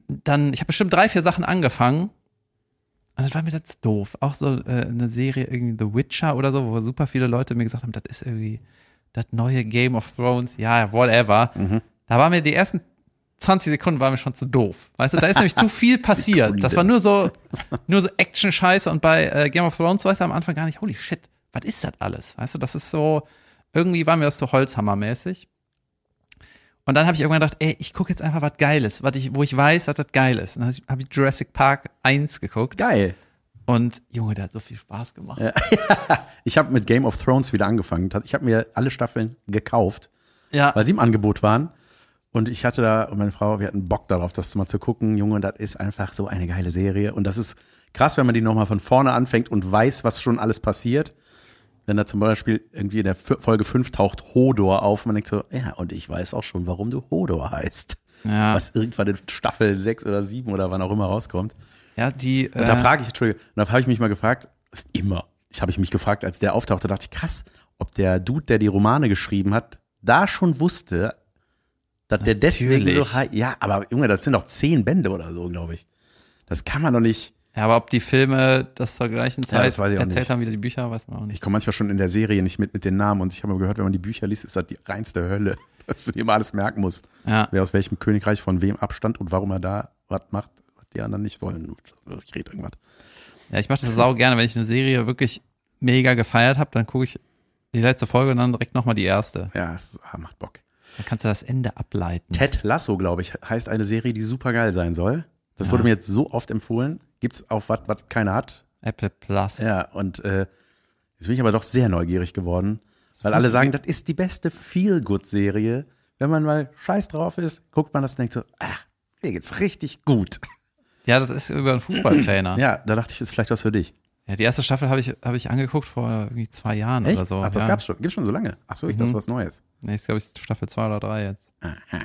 Speaker 3: dann, ich habe bestimmt drei, vier Sachen angefangen. Und das war mir das doof. Auch so äh, eine Serie irgendwie The Witcher oder so, wo super viele Leute mir gesagt haben, das ist irgendwie das neue Game of Thrones. Ja, whatever. Da war mir die ersten 20 Sekunden waren mir schon zu doof. Weißt du, da ist nämlich zu viel passiert. Das war nur so, nur so Action-Scheiße und bei äh, Game of Thrones weißt du am Anfang gar nicht, holy shit, was ist das alles? Weißt du, das ist so, irgendwie war mir das so Holzhammermäßig. Und dann habe ich irgendwann gedacht, ey, ich gucke jetzt einfach was Geiles, was ich, wo ich weiß, dass das geil ist. Und dann habe ich Jurassic Park 1 geguckt
Speaker 1: Geil.
Speaker 3: und Junge, der hat so viel Spaß gemacht. Ja,
Speaker 1: Ich habe mit Game of Thrones wieder angefangen. Ich habe mir alle Staffeln gekauft, weil sie im Angebot waren. Und ich hatte da, und meine Frau, wir hatten Bock darauf, das mal zu gucken. Junge, das ist einfach so eine geile Serie. Und das ist krass, wenn man die nochmal von vorne anfängt und weiß, was schon alles passiert. Wenn da zum Beispiel irgendwie in der F- Folge 5 taucht Hodor auf und man denkt so, ja, und ich weiß auch schon, warum du Hodor heißt.
Speaker 3: Ja.
Speaker 1: Was irgendwann in Staffel 6 oder 7 oder wann auch immer rauskommt.
Speaker 3: ja die. äh,
Speaker 1: Und da frage ich, Entschuldigung, und da habe ich mich mal gefragt, ist immer, das habe ich mich gefragt, als der auftauchte, dachte ich, krass, ob der Dude, der die Romane geschrieben hat, da schon wusste, dass der deswegen
Speaker 3: Natürlich.
Speaker 1: so, hei- ja, aber Junge, das sind doch zehn Bände oder so, glaube ich. Das kann man doch nicht.
Speaker 3: ja, aber ob die Filme das zur gleichen Zeit
Speaker 1: das weiß ich auch
Speaker 3: erzählt
Speaker 1: nicht.
Speaker 3: haben wie die Bücher, weiß man auch nicht.
Speaker 1: Ich komme manchmal schon in der Serie nicht mit mit den Namen und ich habe mal gehört, wenn man die Bücher liest, ist das die reinste Hölle, dass du dir immer alles merken musst,
Speaker 3: Ja.
Speaker 1: wer aus welchem Königreich von wem abstand und warum er da was macht, was die anderen nicht sollen. Ich rede irgendwas.
Speaker 3: Ja, ich mache das sau gerne, wenn ich eine Serie wirklich mega gefeiert habe, dann gucke ich die letzte Folge und dann direkt nochmal die erste.
Speaker 1: Ja, es ah, macht Bock.
Speaker 3: Dann kannst du das Ende ableiten.
Speaker 1: Ted Lasso, glaube ich, heißt eine Serie, die super geil sein soll. Das wurde mir jetzt so oft empfohlen. Gibt's auf was, was keiner hat.
Speaker 3: Apple Plus.
Speaker 1: Ja, und äh, jetzt bin ich aber doch sehr neugierig geworden, weil alle sagen, das ist die beste Feel-Good-Serie. Wenn man mal scheiß drauf ist, guckt man das und denkt so, ah, mir geht's richtig gut.
Speaker 3: Ja, das ist über einen Fußballtrainer.
Speaker 1: Ja, da dachte ich, ist vielleicht was für dich.
Speaker 3: Ja, die erste Staffel habe ich, habe ich angeguckt vor irgendwie zwei Jahren oder so.
Speaker 1: Ach, das
Speaker 3: ja.
Speaker 1: gab's schon, gibt's schon so Mhm. lange. Ach so, ich dachte, das ist was Neues.
Speaker 3: Nee, ist, glaube ich, Staffel zwei oder drei jetzt.
Speaker 1: Aha.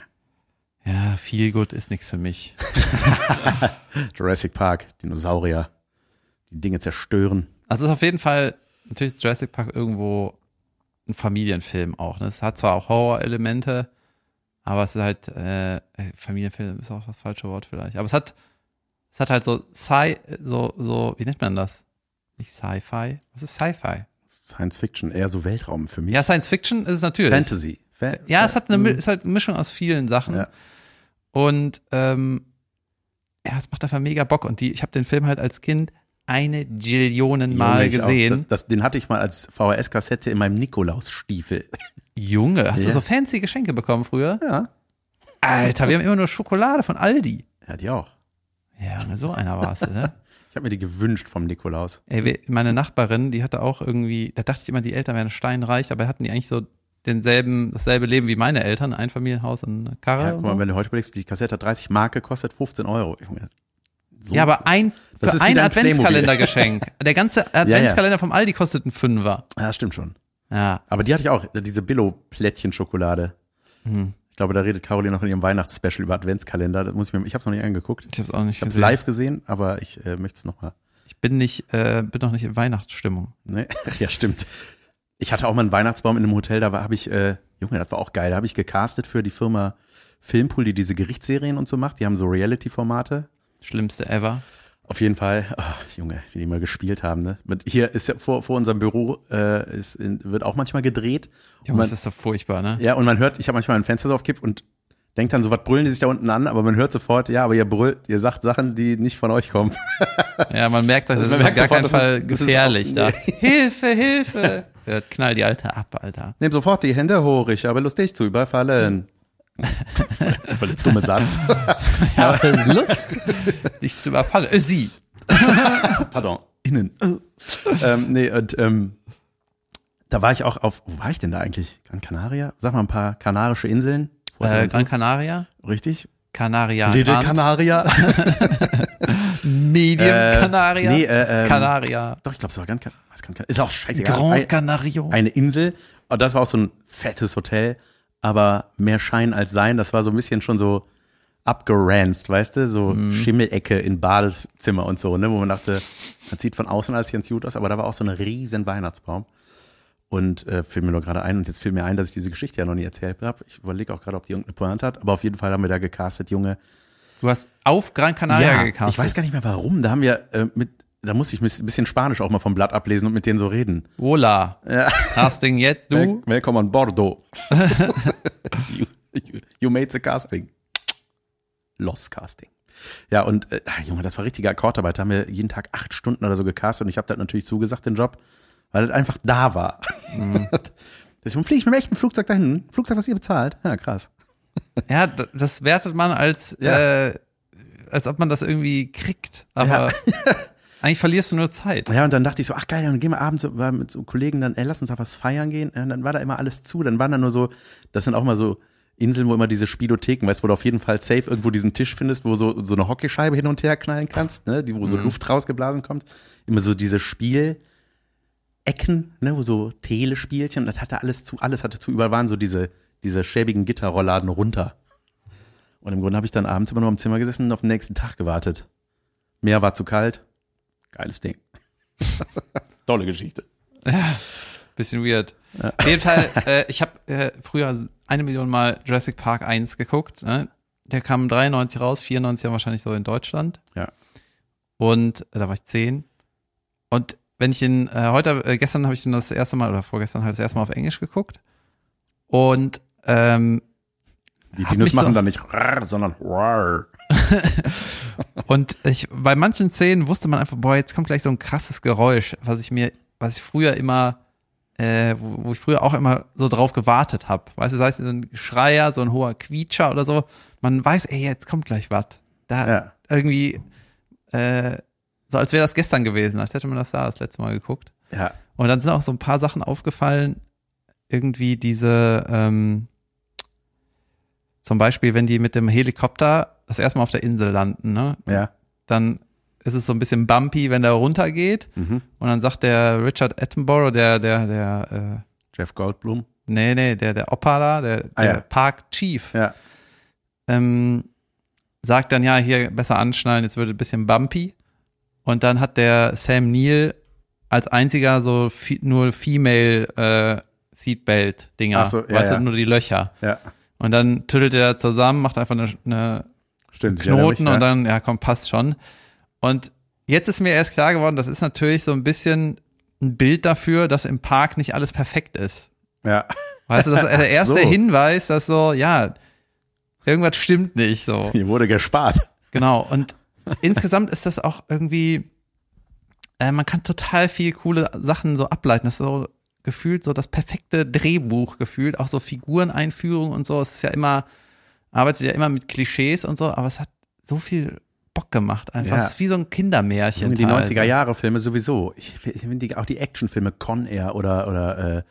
Speaker 3: Ja, viel gut ist nichts für mich.
Speaker 1: Jurassic Park, Dinosaurier, die Dinge zerstören.
Speaker 3: Also es ist auf jeden Fall, natürlich ist Jurassic Park irgendwo ein Familienfilm auch. Ne? Es hat zwar auch Horror-Elemente, aber es ist halt, äh, Familienfilm ist auch das falsche Wort vielleicht. Aber es hat, es hat halt so Sci, so, so, wie nennt man das? Nicht Sci-Fi? Was ist Sci-Fi?
Speaker 1: Science Fiction, eher so Weltraum für mich.
Speaker 3: Ja, Science Fiction ist es natürlich.
Speaker 1: Fantasy. Fa-
Speaker 3: Ja, es hat eine, Mi- ist halt eine Mischung aus vielen Sachen.
Speaker 1: Ja.
Speaker 3: Und ähm, ja, es macht einfach mega Bock. Und die, ich habe den Film halt als Kind eine Gillionen Mal
Speaker 1: Junge, ich auch.
Speaker 3: gesehen.
Speaker 1: Das, das, den hatte ich mal als VHS-Kassette in meinem Nikolausstiefel.
Speaker 3: Junge, hast
Speaker 1: Ja.
Speaker 3: du so fancy Geschenke bekommen früher?
Speaker 1: Ja.
Speaker 3: Alter, wir haben immer nur Schokolade von Aldi.
Speaker 1: Ja, die auch.
Speaker 3: Ja, Junge, so einer warst du, ne?
Speaker 1: Ich habe mir die gewünscht vom Nikolaus.
Speaker 3: Ey, we- meine Nachbarin, die hatte auch irgendwie, da dachte ich immer, die Eltern wären steinreich, aber hatten die eigentlich so denselben, dasselbe Leben wie meine Eltern, ein Familienhaus und eine Karre
Speaker 1: Ja,
Speaker 3: und
Speaker 1: guck
Speaker 3: so.
Speaker 1: mal, wenn du heute überlegst, die Kassette hat 30 Mark gekostet, 15 Euro. Ich meine, so-
Speaker 3: ja, aber ein,
Speaker 1: Das
Speaker 3: für
Speaker 1: ist
Speaker 3: ein
Speaker 1: wieder ein Playmobil.
Speaker 3: Adventskalendergeschenk. Der ganze Adventskalender vom Aldi kostet einen Fünfer.
Speaker 1: Ja, stimmt schon.
Speaker 3: Ja,
Speaker 1: Aber die hatte ich auch, diese Billo-Plättchen-Schokolade.
Speaker 3: hm,
Speaker 1: Ich glaube, da redet Caroline noch in ihrem Weihnachtsspecial über Adventskalender. Das muss ich mir, ich habe es noch nicht angeguckt.
Speaker 3: ich hab's auch nicht
Speaker 1: Ich habe es
Speaker 3: gesehen.
Speaker 1: live gesehen, aber ich äh, möchte es nochmal.
Speaker 3: Ich bin nicht, äh, bin noch nicht in Weihnachtsstimmung.
Speaker 1: Ne? Ja, stimmt. Ich hatte auch mal einen Weihnachtsbaum in einem Hotel, da habe ich, äh, Junge, das war auch geil, da habe ich gecastet für die Firma Filmpool, die diese Gerichtsserien und so macht. Die haben so Reality-Formate.
Speaker 3: Schlimmste ever.
Speaker 1: Auf jeden Fall, ach, Junge, wie die mal gespielt haben. Ne? Mit, hier ist ja vor, vor unserem Büro äh, ist in, wird auch manchmal gedreht. Und
Speaker 3: Junge,
Speaker 1: man,
Speaker 3: das ist so furchtbar, ne?
Speaker 1: ja, und man hört, ich habe manchmal ein Fenster so aufkippt und denkt dann so, was brüllen die sich da unten an? Aber man hört sofort, ja, aber ihr brüllt, ihr sagt Sachen, die nicht von euch kommen.
Speaker 3: Ja, man merkt, das
Speaker 1: Also
Speaker 3: ist
Speaker 1: man
Speaker 3: auf
Speaker 1: merkt
Speaker 3: gar
Speaker 1: sofort,
Speaker 3: keinen
Speaker 1: das ist-
Speaker 3: Fall
Speaker 1: das ist
Speaker 3: gefährlich
Speaker 1: auch-
Speaker 3: da. Hilfe, Hilfe! Ja, knall die Alte ab, Alter.
Speaker 1: Nehmt sofort die Hände hoch, ich habe Lust, dich zu überfallen. voll, voll der dumme Satz.
Speaker 3: Ich habe Lust, dich zu überfallen. Äh, Sie!
Speaker 1: Pardon, innen. ähm, nee, und ähm, da war ich auch auf, wo war ich denn da eigentlich? Gran Canaria? Sag mal ein paar kanarische Inseln.
Speaker 3: Äh, Gran Canaria?
Speaker 1: Richtig?
Speaker 3: Canaria.
Speaker 1: Little
Speaker 3: Grand,
Speaker 1: Canaria.
Speaker 3: Medium
Speaker 1: Äh,
Speaker 3: Canaria.
Speaker 1: nee, äh, ähm,
Speaker 3: Canaria.
Speaker 1: Doch, ich glaube, es war Gran Canaria. Was, Gran Canaria. Ist auch scheißegal.
Speaker 3: Grand
Speaker 1: Ein,
Speaker 3: Canario.
Speaker 1: eine Insel. Und das war auch so ein fettes Hotel, aber mehr Schein als Sein. Das war so ein bisschen schon so abgeranzt, weißt du? So Schimmelecke in Badezimmer und so, ne? Wo man dachte, man sieht von außen alles ganz gut aus, aber da war auch so ein riesen Weihnachtsbaum. Und äh, fiel mir nur gerade ein, und jetzt fiel mir ein, dass ich diese Geschichte ja noch nie erzählt habe. Ich überlege auch gerade, ob die irgendeine Pointe hat, aber auf jeden Fall haben wir da gecastet, Junge.
Speaker 3: Du hast auf Gran Canaria Ah, gecastet.
Speaker 1: Ich weiß gar nicht mehr warum. Da haben wir äh, mit, da musste ich ein bisschen Spanisch auch mal vom Blatt ablesen und mit denen so reden.
Speaker 3: Hola. Casting jetzt, du?
Speaker 1: Wel- Welcome on Bordeaux. you, you, you made the casting. Lost Casting. Ja, und äh, ah, Junge, das war richtige Akkordarbeit. Da haben wir jeden Tag acht Stunden oder so gecastet und ich habe das natürlich zugesagt, den Job, weil das einfach da war. Deswegen fliege ich mit dem echten Flugzeug dahin. Flugzeug, was ihr bezahlt. Ja, krass.
Speaker 3: Ja, d- das wertet man als,
Speaker 1: Ja.
Speaker 3: äh, als ob man das irgendwie kriegt. Aber eigentlich verlierst du nur Zeit.
Speaker 1: Ja, und dann dachte ich so, ach geil, dann gehen wir abends so- war mit so Kollegen dann, ey, lass uns da was feiern gehen. Ja, Und dann war da immer alles zu. Dann waren da nur so, das sind auch mal so Inseln, wo immer diese Spielotheken, weißt du, wo du auf jeden Fall safe irgendwo diesen Tisch findest, wo so, so eine Hockeyscheibe hin und her knallen kannst, ne, die, wo so Luft rausgeblasen kommt. Immer so diese Spielecken, ne, wo so Telespielchen, das hatte alles zu, alles hatte zu, überall waren so diese, diese schäbigen Gitterrollladen runter. Und im Grunde habe ich dann abends immer nur im Zimmer gesessen und auf den nächsten Tag gewartet. Meer war zu kalt. Geiles Ding. Tolle Geschichte.
Speaker 3: Bisschen weird. Auf jeden Fall, äh, ich habe äh, früher eine Million Mal Jurassic Park 1 geguckt. Ne? Der kam 93 raus, 94 dann wahrscheinlich so in Deutschland.
Speaker 1: Ja.
Speaker 3: Und äh, da war ich 10. Und wenn ich den äh, heute, äh, gestern habe ich den das erste Mal oder vorgestern halt das erste Mal auf Englisch geguckt. Und ähm,
Speaker 1: Die
Speaker 3: Hat
Speaker 1: Dinos
Speaker 3: mich
Speaker 1: machen
Speaker 3: so-
Speaker 1: dann nicht rrr, sondern rrr.
Speaker 3: Und ich, bei manchen Szenen wusste man einfach, boah, jetzt kommt gleich so ein krasses Geräusch, was ich mir, was ich früher immer, äh, wo, wo ich früher auch immer so drauf gewartet habe. Weißt du, sei es so ein Schreier, so ein hoher Quietscher oder Ah. so. Man weiß, ey, jetzt kommt gleich was. Da
Speaker 1: Ja.
Speaker 3: irgendwie äh, so als wäre das gestern gewesen, als hätte man das da das letzte Mal geguckt.
Speaker 1: Ja.
Speaker 3: Und dann sind auch so ein paar Sachen aufgefallen, irgendwie diese, ähm, zum Beispiel, wenn die mit dem Helikopter das erste Mal auf der Insel landen, ne?
Speaker 1: Ja.
Speaker 3: dann ist es so ein bisschen bumpy, wenn der runtergeht.
Speaker 1: Mhm.
Speaker 3: Und dann sagt der Richard Attenborough, der, der, der,
Speaker 1: Jeff Goldblum.
Speaker 3: äh, nee, nee, der, der Opa da, der, der
Speaker 1: Ah, ja.
Speaker 3: Park Chief,
Speaker 1: Ja.
Speaker 3: ähm, sagt dann, ja, hier besser anschnallen, jetzt wird es ein bisschen bumpy. Und dann hat der Sam Neill als einziger so fi- nur Female äh, Seatbelt-Dinger.
Speaker 1: Ach so, ja,
Speaker 3: weißt
Speaker 1: ja.
Speaker 3: du, nur die Löcher.
Speaker 1: Ja.
Speaker 3: Und dann tüttelt er zusammen, macht einfach eine, eine
Speaker 1: Stimmt.
Speaker 3: Knoten
Speaker 1: ja,
Speaker 3: und dann, ja komm, passt schon. Und jetzt ist mir erst klar geworden, das ist natürlich so ein bisschen ein Bild dafür, dass im Park nicht alles perfekt ist.
Speaker 1: Ja.
Speaker 3: Weißt du, das ist der
Speaker 1: Ach so.
Speaker 3: erste Hinweis, dass so, ja, irgendwas stimmt nicht so.
Speaker 1: Hier wurde gespart.
Speaker 3: Genau. Und insgesamt ist das auch irgendwie, äh, man kann total viel coole Sachen so ableiten. Das ist so gefühlt so das perfekte Drehbuch gefühlt. Auch so Figureneinführung und so. Es ist ja immer, arbeitet ja immer mit Klischees und so, aber es hat so viel Bock gemacht einfach.
Speaker 1: Ja.
Speaker 3: Es ist wie so ein Kindermärchen.
Speaker 1: Die
Speaker 3: teilweise.
Speaker 1: 90er Jahre Filme sowieso. Ich finde die, auch die Actionfilme Con Air oder oder äh,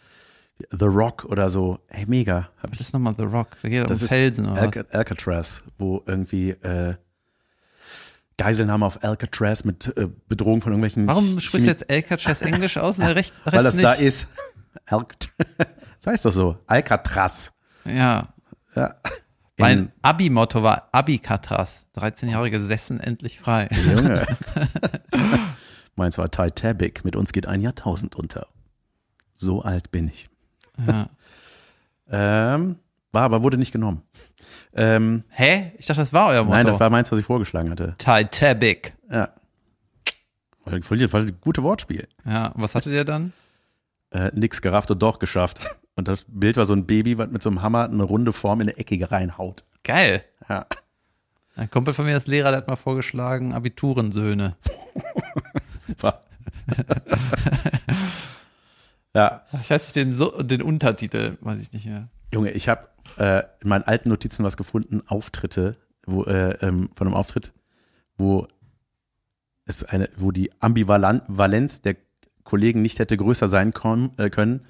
Speaker 1: The Rock oder so. Hey, mega. Hab
Speaker 3: Das ist nochmal The Rock. Da geht es
Speaker 1: Das
Speaker 3: um
Speaker 1: ist
Speaker 3: Felsen oder was.
Speaker 1: Alca Alcatraz, wo irgendwie äh, Geiselnahme auf Alcatraz mit äh, Bedrohung von irgendwelchen.
Speaker 3: Warum sprichst du
Speaker 1: Chemie-
Speaker 3: jetzt Alcatraz Englisch aus und der Recht, Rest
Speaker 1: Weil das
Speaker 3: nicht?
Speaker 1: da ist. Alcatraz. Das heißt doch so. Alcatraz.
Speaker 3: Ja.
Speaker 1: Ja.
Speaker 3: Mein Abi-Motto war Abikatras. 13 Jahre gesessen, endlich frei.
Speaker 1: In, Junge. Meins war Titanic. Mit uns geht ein Jahrtausend unter. So alt bin ich.
Speaker 3: Ja.
Speaker 1: Ähm, war aber wurde nicht genommen. Ähm,
Speaker 3: Hä? Ich dachte, das war euer Motto.
Speaker 1: nein, das war meins, was ich vorgeschlagen hatte.
Speaker 3: Titanic.
Speaker 1: Ja. Voll, voll, voll gute Wortspiel.
Speaker 3: Ja, was hattet ihr dann?
Speaker 1: äh, nix gerafft und doch geschafft. Und das Bild war so ein Baby, was mit so einem Hammer eine runde Form in eine Eckige reinhaut.
Speaker 3: Geil.
Speaker 1: Ja.
Speaker 3: Ein Kumpel von mir, das Lehrer, der hat mal vorgeschlagen, Abiturensöhne.
Speaker 1: Super. ja,
Speaker 3: Ich weiß nicht, den, so den Untertitel, weiß ich nicht mehr.
Speaker 1: Junge, ich habe äh, in meinen alten Notizen was gefunden, Auftritte, wo, äh, ähm, von einem Auftritt, wo es eine, wo die Ambivalenz der Kollegen nicht hätte größer sein kon- äh, können.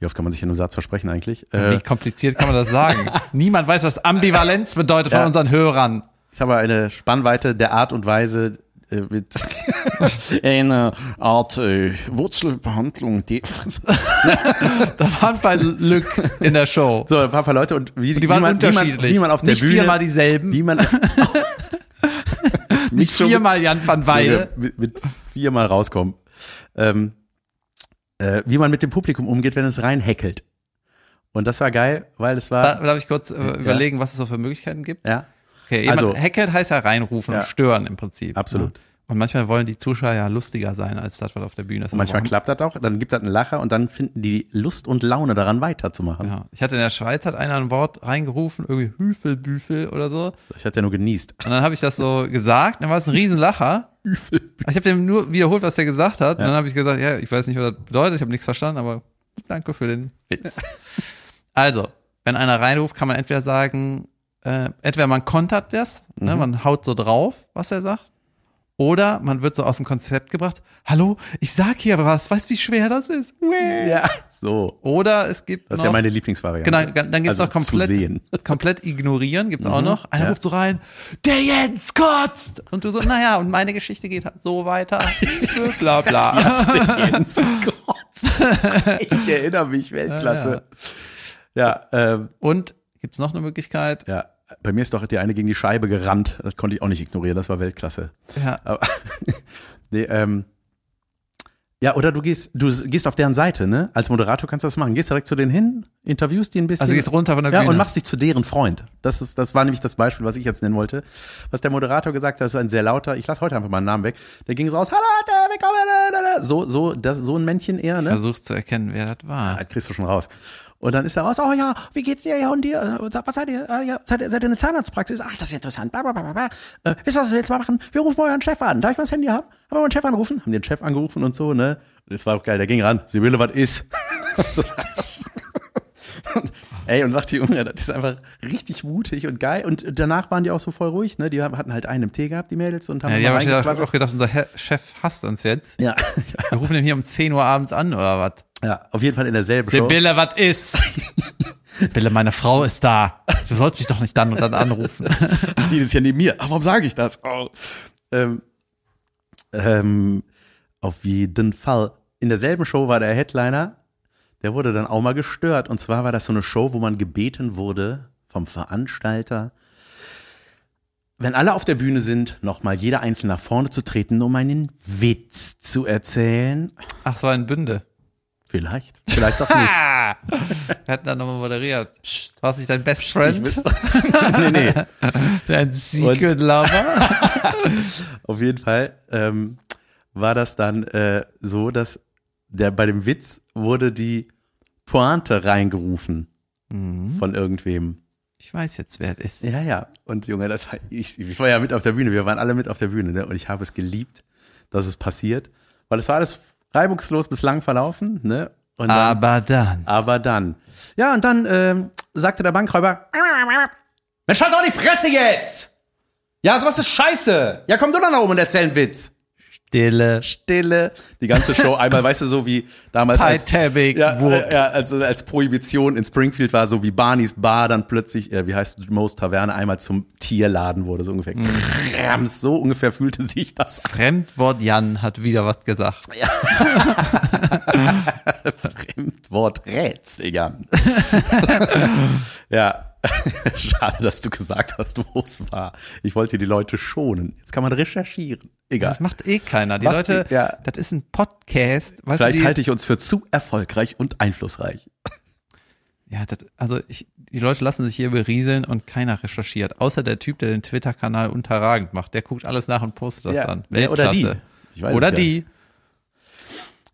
Speaker 1: Wie oft kann man sich in einem Satz versprechen eigentlich? Äh,
Speaker 3: Wie kompliziert kann man das sagen? Niemand weiß, was Ambivalenz bedeutet von
Speaker 1: Ja.
Speaker 3: unseren Hörern.
Speaker 1: Ich habe eine Spannweite der Art und Weise äh, mit einer Art äh, Wurzelbehandlung. Die
Speaker 3: Da waren bei Lück in der Show.
Speaker 1: so, ein paar Leute und wie,
Speaker 3: Und die waren
Speaker 1: wie, man, Wie man,
Speaker 3: unterschiedlich.
Speaker 1: wie man auf der
Speaker 3: nicht
Speaker 1: Bühne,
Speaker 3: viermal dieselben.
Speaker 1: wie man
Speaker 3: nicht
Speaker 1: so-
Speaker 3: viermal Jan van Weide.
Speaker 1: mit, mit viermal rauskommen, ähm, äh, wie man mit dem Publikum umgeht, wenn es reinhäckelt. Und das war geil, weil es
Speaker 3: Da,
Speaker 1: war
Speaker 3: darf ich kurz äh, überlegen, was es so für Möglichkeiten gibt?
Speaker 1: ja
Speaker 3: Okay, jemand,
Speaker 1: Also-
Speaker 3: also, Hackett heißt ja reinrufen
Speaker 1: Ja.
Speaker 3: und stören im Prinzip.
Speaker 1: Absolut.
Speaker 3: Ne? Und manchmal wollen die Zuschauer ja lustiger sein, als das, was auf der Bühne ist.
Speaker 1: und manchmal
Speaker 3: Aber-
Speaker 1: klappt das auch, dann gibt das einen Lacher und dann finden die Lust und Laune daran weiterzumachen.
Speaker 3: Ja. Ich hatte in der Schweiz, hat einer ein Wort reingerufen, irgendwie Hüfelbüfel oder so.
Speaker 1: Ich hatte ja nur genießt.
Speaker 3: Und dann habe ich das so gesagt, dann war es ein Riesenlacher. Ich habe dem nur wiederholt, was der gesagt hat. Und dann habe ich gesagt, ja, ich weiß nicht, was das bedeutet, ich habe nichts verstanden, aber danke für den Witz. Also, wenn einer reinruft, kann man entweder sagen, äh, entweder man kontert das, ne,
Speaker 1: Mhm.
Speaker 3: man haut so drauf, was er sagt. Oder man wird so aus dem Konzept gebracht, hallo, ich sag hier was, weißt wie schwer das ist?
Speaker 1: Ja, so.
Speaker 3: Oder es gibt
Speaker 1: Das ist
Speaker 3: noch,
Speaker 1: ja meine Lieblingsvariante.
Speaker 3: Genau, dann gibt es
Speaker 1: Also
Speaker 3: noch komplett,
Speaker 1: Zu sehen. Mhm.
Speaker 3: komplett ignorieren, gibt es auch noch. Einer
Speaker 1: ja.
Speaker 3: ruft so rein, der Jens kotzt! Und du so, naja, und meine Geschichte geht halt so weiter. bla bla.
Speaker 1: Jens Gott. Ich erinnere mich, Weltklasse. Ja, ähm,
Speaker 3: Und gibt es noch eine Möglichkeit?
Speaker 1: ja. Bei mir ist doch die eine gegen die Scheibe gerannt. Das konnte ich auch nicht ignorieren. Das war Weltklasse.
Speaker 3: Ja.
Speaker 1: Aber, nee, ähm, ja, oder du gehst, du s- gehst auf deren Seite, ne? Als Moderator kannst du das machen. Gehst direkt zu denen hin, interviewst die ein bisschen.
Speaker 3: Also gehst runter von der
Speaker 1: ja,
Speaker 3: Bühne.
Speaker 1: und machst dich zu deren Freund. Das ist, das war nämlich das Beispiel, was ich jetzt nennen wollte. Was der Moderator gesagt hat, ist ein sehr lauter, ich lasse heute einfach mal einen Namen weg. Der ging so aus, hallo Leute, willkommen, lalala. so, so, das, so ein Männchen eher, ne?
Speaker 3: Versucht zu erkennen, wer das
Speaker 1: Ah,
Speaker 3: war.
Speaker 1: das kriegst du schon raus. Und dann ist er raus, oh ja, wie geht's dir, ja und dir, Äh, was seid ihr, Ah, ja, seid, ihr- seid ihr eine Zahnarztpraxis, ach, das ist interessant, bla, bla, bla, bla, bla. Äh, wisst ihr, was wir jetzt mal machen? Wir rufen mal euren Chef an, darf ich mal das Handy haben? Haben wir mal den Chef angerufen? Haben den Chef angerufen und so, ne? Das war auch geil, der ging ran, Sibylle, was ist? Ey, und macht die Junge, das ist einfach richtig mutig und geil. Und danach waren die auch so voll ruhig, ne? Die haben- hatten halt einen im Tee gehabt, die Mädels, und haben
Speaker 3: Ja, die haben
Speaker 1: mal
Speaker 3: wahrscheinlich auch-
Speaker 1: reingequatscht.
Speaker 3: auch gedacht, unser He- Chef hasst uns jetzt.
Speaker 1: ja.
Speaker 3: Wir rufen ihn hier um 10 Uhr abends an oder was?
Speaker 1: ja, auf jeden Fall in derselben Show.
Speaker 3: Sibylle, was ist? Sibylle, meine Frau ist da. Du sollst mich doch nicht dann und dann anrufen.
Speaker 1: die ist ja neben mir. Ach, warum sage ich das? Oh. Ähm, ähm, auf jeden Fall. In derselben Show war der Headliner, der wurde dann auch mal gestört. Und zwar war das so eine Show, wo man gebeten wurde vom Veranstalter, wenn alle auf der Bühne sind, nochmal jeder einzeln nach vorne zu treten, um einen Witz zu erzählen.
Speaker 3: Ach, es war in Bünde.
Speaker 1: Vielleicht, vielleicht auch nicht.
Speaker 3: Ah, wir hatten dann nochmal moderiert. Psst, warst nicht dein Best
Speaker 1: Ich will's
Speaker 3: Friend?
Speaker 1: doch- nee, nee.
Speaker 3: Dein Secret Lover?
Speaker 1: Auf jeden Fall ähm, war das dann äh, so, dass der bei dem Witz wurde die Pointe reingerufen von irgendwem.
Speaker 3: Ich weiß jetzt, wer es ist.
Speaker 1: Mhm. Ja, ja. Und Junge, das war, ich, ich war ja mit auf der Bühne. Wir waren alle mit auf der Bühne. Ne? Und ich habe es geliebt, dass es passiert, weil es war alles reibungslos bislang verlaufen. Ne? Und dann,
Speaker 3: Aber dann.
Speaker 1: aber dann. Ja, und dann ähm, sagte der Bankräuber, Mensch, halt doch die Fresse jetzt! Ja, sowas ist scheiße! Ja, komm du doch nach oben und erzähl einen Witz!
Speaker 3: Stille.
Speaker 1: Stille. Die ganze Show einmal, weißt du, so wie damals als,
Speaker 3: Titanic.
Speaker 1: ja,
Speaker 3: Wurp.
Speaker 1: äh, ja, also als Prohibition in Springfield war, so wie Barneys Bar dann plötzlich, äh, wie heißt Mo's Taverne, einmal zum Tierladen wurde, so ungefähr.
Speaker 3: Mhm.
Speaker 1: Krams, so ungefähr fühlte sich das an.
Speaker 3: Fremdwort Jan hat wieder was gesagt.
Speaker 1: Fremdwort Rätsel, Jan. ja, schade, dass du gesagt hast, wo es war. Ich wollte die Leute schonen. Jetzt kann man recherchieren. Egal.
Speaker 3: Das macht eh keiner. Die
Speaker 1: Macht
Speaker 3: Leute,
Speaker 1: eh- ja.
Speaker 3: das ist ein Podcast. Weißt
Speaker 1: Vielleicht halt
Speaker 3: du, die,
Speaker 1: halte ich uns für zu erfolgreich und einflussreich.
Speaker 3: ja, das, also ich, die Leute lassen sich hier berieseln und keiner recherchiert. Außer der Typ, der den Twitter-Kanal unterragend macht. Der guckt alles nach und postet das
Speaker 1: Ja,
Speaker 3: dann.
Speaker 1: der Äh, oder die.
Speaker 3: Weltklasse.
Speaker 1: Ich weiß
Speaker 3: Oder
Speaker 1: es ja
Speaker 3: die.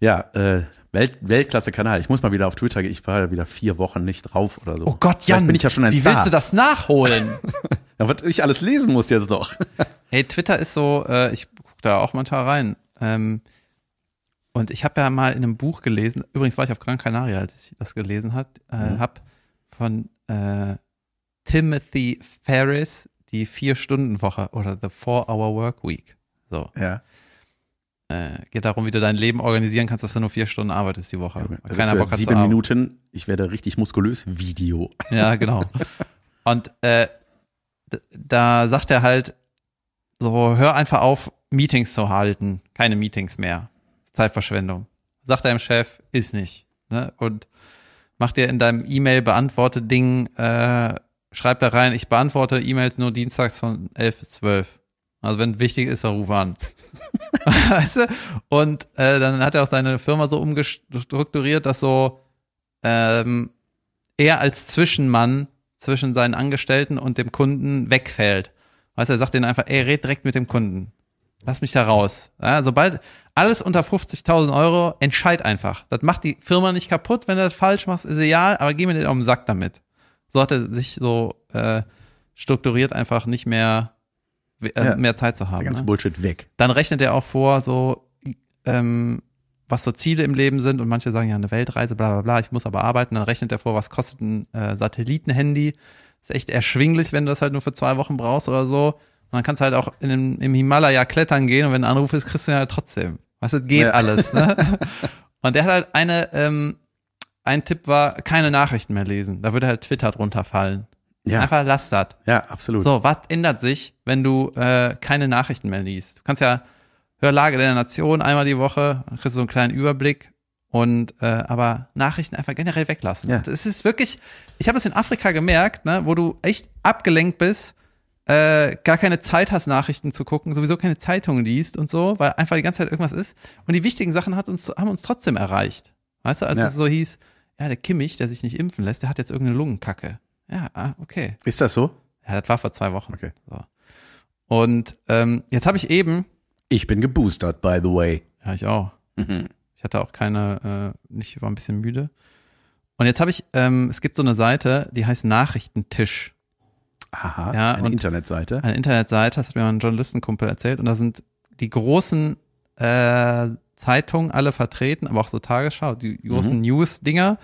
Speaker 1: Ja, äh, Welt, Weltklasse-Kanal. Ich muss mal wieder auf Twitter gehen. Ich war ja wieder vier Wochen nicht drauf oder so.
Speaker 3: Oh Gott,
Speaker 1: Vielleicht
Speaker 3: Jan.
Speaker 1: bin ich ja schon ein
Speaker 3: wie
Speaker 1: Star.
Speaker 3: willst du das nachholen?
Speaker 1: Ja, was ich alles lesen muss jetzt doch.
Speaker 3: Hey, Twitter ist so, äh, ich gucke da auch manchmal rein. Ähm, und ich habe ja mal in einem Buch gelesen, übrigens war ich auf Gran Canaria, als ich das gelesen habe, äh, hab von äh, Timothy Ferris die Vier-Stunden-Woche oder The Four-Hour-Work-Week. So,
Speaker 1: Ja.
Speaker 3: äh, geht darum, wie du dein Leben organisieren kannst, dass du nur vier Stunden arbeitest die Woche. weil keiner Bock hat zu
Speaker 1: sieben
Speaker 3: arbeiten.
Speaker 1: Minuten. Ich werde richtig muskulös. Video.
Speaker 3: Ja, genau. Und äh, d- da sagt er halt, so hör einfach auf, Meetings zu halten. Keine Meetings mehr. Ist Zeitverschwendung. Sagt deinem Chef, ist nicht. Ne? Und mach dir in deinem E-Mail beantworte Ding, äh, schreib da rein, ich beantworte E-Mails nur dienstags von 11 bis 12. Also wenn wichtig ist, dann ruf an. weißt du? Und äh, dann hat er auch seine Firma so umgestrukturiert, dass so ähm, er als Zwischenmann zwischen seinen Angestellten und dem Kunden wegfällt. Weißt du, er sagt denen einfach, ey, red direkt mit dem Kunden. Lass mich da raus. Ja, sobald alles unter 50.000 Euro, entscheid einfach. Das macht die Firma nicht kaputt. Wenn du das falsch machst, ist egal, aber geh mir den auf den Sack damit. So hat er sich so äh, strukturiert, einfach nicht mehr, we- äh,
Speaker 1: Ja.
Speaker 3: mehr Zeit zu haben.
Speaker 1: Der
Speaker 3: ne?
Speaker 1: ganze Bullshit weg.
Speaker 3: dann rechnet er auch vor, so ähm, was so Ziele im Leben sind und manche sagen ja eine Weltreise, bla bla bla, ich muss aber arbeiten, dann rechnet er vor, was kostet ein äh, Satellitenhandy. Ist echt erschwinglich, wenn du das halt nur für zwei Wochen brauchst oder so. Und dann kannst du halt auch in dem, im Himalaya klettern gehen und wenn ein Anruf ist, kriegst du ihn halt trotzdem. Weißt du, das geht
Speaker 1: Ja.
Speaker 3: alles, ne? Und der hat halt eine, ähm, ein Tipp war, keine Nachrichten mehr lesen. Da würde halt Twitter drunter fallen.
Speaker 1: Ja.
Speaker 3: Einfach lass das.
Speaker 1: Ja, absolut.
Speaker 3: So, was ändert sich, wenn du äh, keine Nachrichten mehr liest? Du kannst ja hör Lage der Nation einmal die Woche, dann kriegst du so einen kleinen Überblick und äh, aber Nachrichten einfach generell weglassen.
Speaker 1: Ja.
Speaker 3: Und Es ist wirklich, ich habe es in Afrika gemerkt, ne, wo du echt abgelenkt bist, äh, gar keine Zeit hast, Nachrichten zu gucken, sowieso keine Zeitungen liest und so, weil einfach die ganze Zeit irgendwas ist. Und die wichtigen Sachen hat uns, haben uns trotzdem erreicht. Weißt du, als
Speaker 1: Ja.
Speaker 3: es so hieß, ja, der Kimmich, der sich nicht impfen lässt, der hat jetzt irgendeine Lungenkacke. Ja, ah, okay.
Speaker 1: Ist das so?
Speaker 3: Ja, das war vor zwei Wochen.
Speaker 1: Okay.
Speaker 3: So. Und ähm, jetzt habe ich eben,
Speaker 1: Ich bin geboostert, by the way.
Speaker 3: ja, ich auch.
Speaker 1: Mhm.
Speaker 3: Ich hatte auch keine, äh, nicht, ich war ein bisschen müde. Und jetzt habe ich, ähm, es gibt so eine Seite, die heißt Nachrichtentisch.
Speaker 1: Aha.
Speaker 3: Ja,
Speaker 1: eine
Speaker 3: und-
Speaker 1: Internetseite.
Speaker 3: Eine Internetseite, das hat mir mal ein Journalistenkumpel erzählt, und da sind die großen
Speaker 1: Mhm.
Speaker 3: äh, Zeitungen alle vertreten, aber auch so Tagesschau, die großen News-Dinger.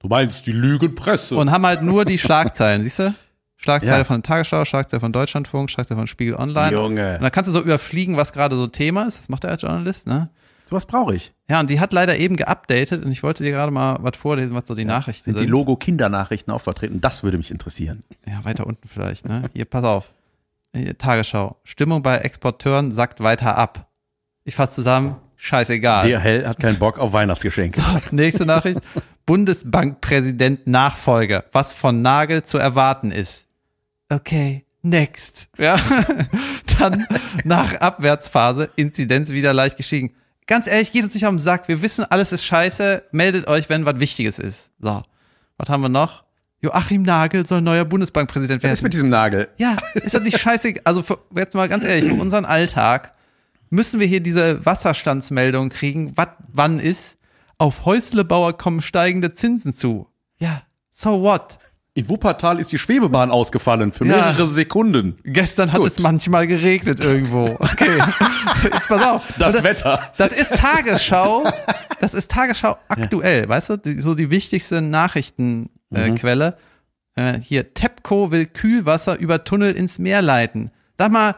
Speaker 1: Du meinst die Lügenpresse.
Speaker 3: und haben halt nur die Schlagzeilen, siehst du? Schlagzeile
Speaker 1: Ja.
Speaker 3: von Tagesschau, Schlagzeile von Deutschlandfunk, Schlagzeile von Spiegel Online.
Speaker 1: Junge.
Speaker 3: Und dann kannst du so überfliegen, was gerade so Thema ist. Das macht er als Journalist, ne?
Speaker 1: Sowas brauche ich.
Speaker 3: Ja, und die hat leider eben geupdatet und ich wollte dir gerade mal was vorlesen, was so die Nachrichten
Speaker 1: Sind
Speaker 3: sind.
Speaker 1: die Logo-Kindernachrichten auch vertreten? Das würde mich interessieren.
Speaker 3: ja, weiter unten vielleicht, ne? Hier, pass auf. Hier, Tagesschau. Stimmung bei Exporteuren sackt weiter ab. Ich fasse zusammen, scheißegal.
Speaker 1: DHL hat keinen Bock auf Weihnachtsgeschenke.
Speaker 3: Nächste Nachricht. Bundesbankpräsident Nachfolger, was von Nagel zu erwarten ist. Okay, next. Ja. Dann nach Abwärtsphase, Inzidenz wieder leicht gestiegen. Ganz ehrlich, geht uns nicht auf den Sack. Wir wissen, alles ist scheiße. Meldet euch, wenn was Wichtiges ist. So. Was haben wir noch? Joachim Nagel soll neuer Bundesbankpräsident
Speaker 1: Was ist
Speaker 3: werden.
Speaker 1: mit diesem Nagel?
Speaker 3: Ja, ist das nicht scheiße? Also für, jetzt mal ganz ehrlich, für unseren Alltag müssen wir hier diese Wasserstandsmeldung kriegen, was wann ist. Auf Häuslebauer kommen steigende Zinsen zu. Ja, so what?
Speaker 1: In Wuppertal ist die Schwebebahn ausgefallen für
Speaker 3: Ja.
Speaker 1: mehrere Sekunden.
Speaker 3: Gestern hat
Speaker 1: Gut.
Speaker 3: es manchmal geregnet irgendwo. Okay, jetzt pass auf.
Speaker 1: Das
Speaker 3: Und
Speaker 1: Wetter.
Speaker 3: Das ist Tagesschau. Das ist Tagesschau aktuell, weißt du? Die, so die wichtigste Nachrichtenquelle. Äh, Quelle.
Speaker 1: Mhm.
Speaker 3: äh, hier, TEPCO will Kühlwasser über Tunnel ins Meer leiten. Sag mal,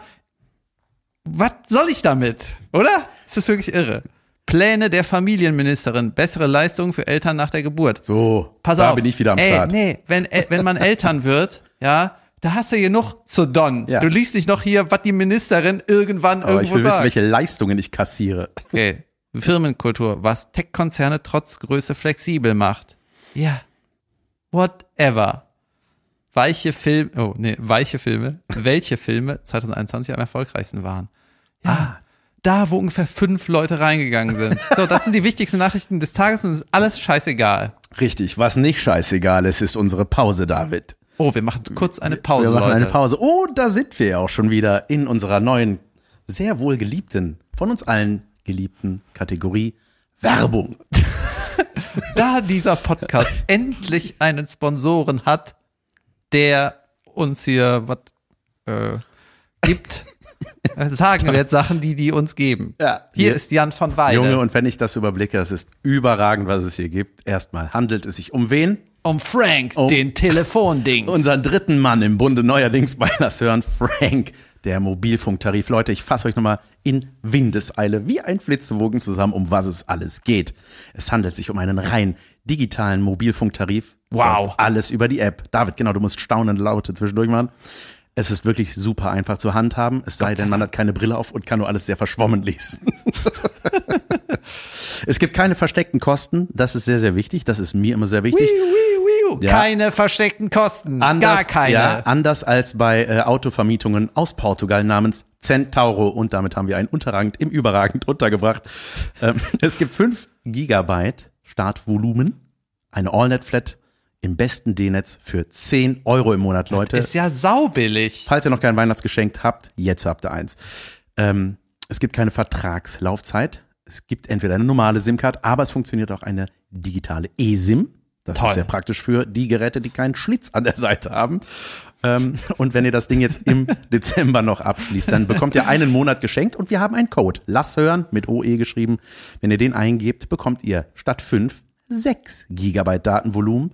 Speaker 3: was soll ich damit? Oder? Ist das wirklich irre? Pläne der Familienministerin, bessere Leistungen für Eltern nach der Geburt.
Speaker 1: So,
Speaker 3: Pass
Speaker 1: da
Speaker 3: auf.
Speaker 1: bin ich wieder am
Speaker 3: Ey,
Speaker 1: Start.
Speaker 3: Nee, wenn, äh, wenn man Eltern wird, ja, da hast du genug zu Don.
Speaker 1: Ja.
Speaker 3: Du liest nicht noch hier, was die Ministerin irgendwann
Speaker 1: Aber ich
Speaker 3: irgendwo
Speaker 1: will wissen,
Speaker 3: sagt.
Speaker 1: welche Leistungen ich kassiere.
Speaker 3: Okay. Firmenkultur, was Tech-Konzerne trotz Größe flexibel macht. Ja. Whatever. Weiche Filme, oh nee, weiche Filme, welche Filme 2021 am erfolgreichsten waren.
Speaker 1: Ah.
Speaker 3: Ja. Da, wo ungefähr fünf Leute reingegangen sind. So, das sind die wichtigsten Nachrichten des Tages und es ist alles scheißegal.
Speaker 1: Richtig, was nicht scheißegal ist, ist unsere Pause, David.
Speaker 3: Oh, wir machen kurz eine Pause,
Speaker 1: wir machen
Speaker 3: Leute.
Speaker 1: eine Pause. Oh, da sind wir auch schon wieder in unserer neuen, sehr wohl geliebten, von uns allen geliebten Kategorie Werbung.
Speaker 3: Da dieser Podcast endlich einen Sponsoren hat, der uns hier was äh, gibt, äh, sagen wir jetzt Sachen, die die uns geben.
Speaker 1: Ja.
Speaker 3: Hier ist Jan von Weide.
Speaker 1: Junge, und wenn ich das überblicke, es ist überragend, was es hier gibt. Erstmal handelt es sich um wen?
Speaker 3: um Frank, den Telefondings.
Speaker 1: Unseren dritten Mann im Bunde neuerdings bei das Hören, Frank, der Mobilfunktarif. Leute, ich fasse euch nochmal in Windeseile wie ein Flitzebogen zusammen, um was es alles geht. Es handelt sich um einen rein digitalen Mobilfunktarif. Es
Speaker 3: Wow.
Speaker 1: läuft Alles über die App. David, genau, du musst staunend laute zwischendurch machen. Es ist wirklich super einfach zu handhaben, es sei denn, man hat keine Brille auf und kann nur alles sehr verschwommen lesen. es gibt keine versteckten Kosten, das ist sehr, sehr wichtig, das ist mir immer sehr wichtig. Ja.
Speaker 3: Keine versteckten Kosten.
Speaker 1: Anders,
Speaker 3: Hm. gar keine.
Speaker 1: Ja, anders als bei äh, Autovermietungen aus Portugal namens Centauro. Und damit haben wir einen Unterrang im Überragend untergebracht. Ähm, es gibt 5 Gigabyte Startvolumen, eine Allnet-Flat im besten D-Netz für 10 Euro im Monat, Leute.
Speaker 3: Ist ja saubillig.
Speaker 1: Falls ihr noch kein Weihnachtsgeschenk habt, jetzt habt ihr eins. Ähm, es gibt keine Vertragslaufzeit. Es gibt entweder eine normale SIM-Card, aber es funktioniert auch eine digitale eSIM. Das
Speaker 3: Toll.
Speaker 1: ist sehr praktisch für die Geräte, die keinen Schlitz an der Seite haben. Ähm, und wenn ihr das Ding jetzt im Dezember noch abschließt, dann bekommt ihr einen Monat geschenkt und wir haben einen Code. Lass hören, mit OE geschrieben. Wenn ihr den eingebt, bekommt ihr statt 5 6 GB Datenvolumen.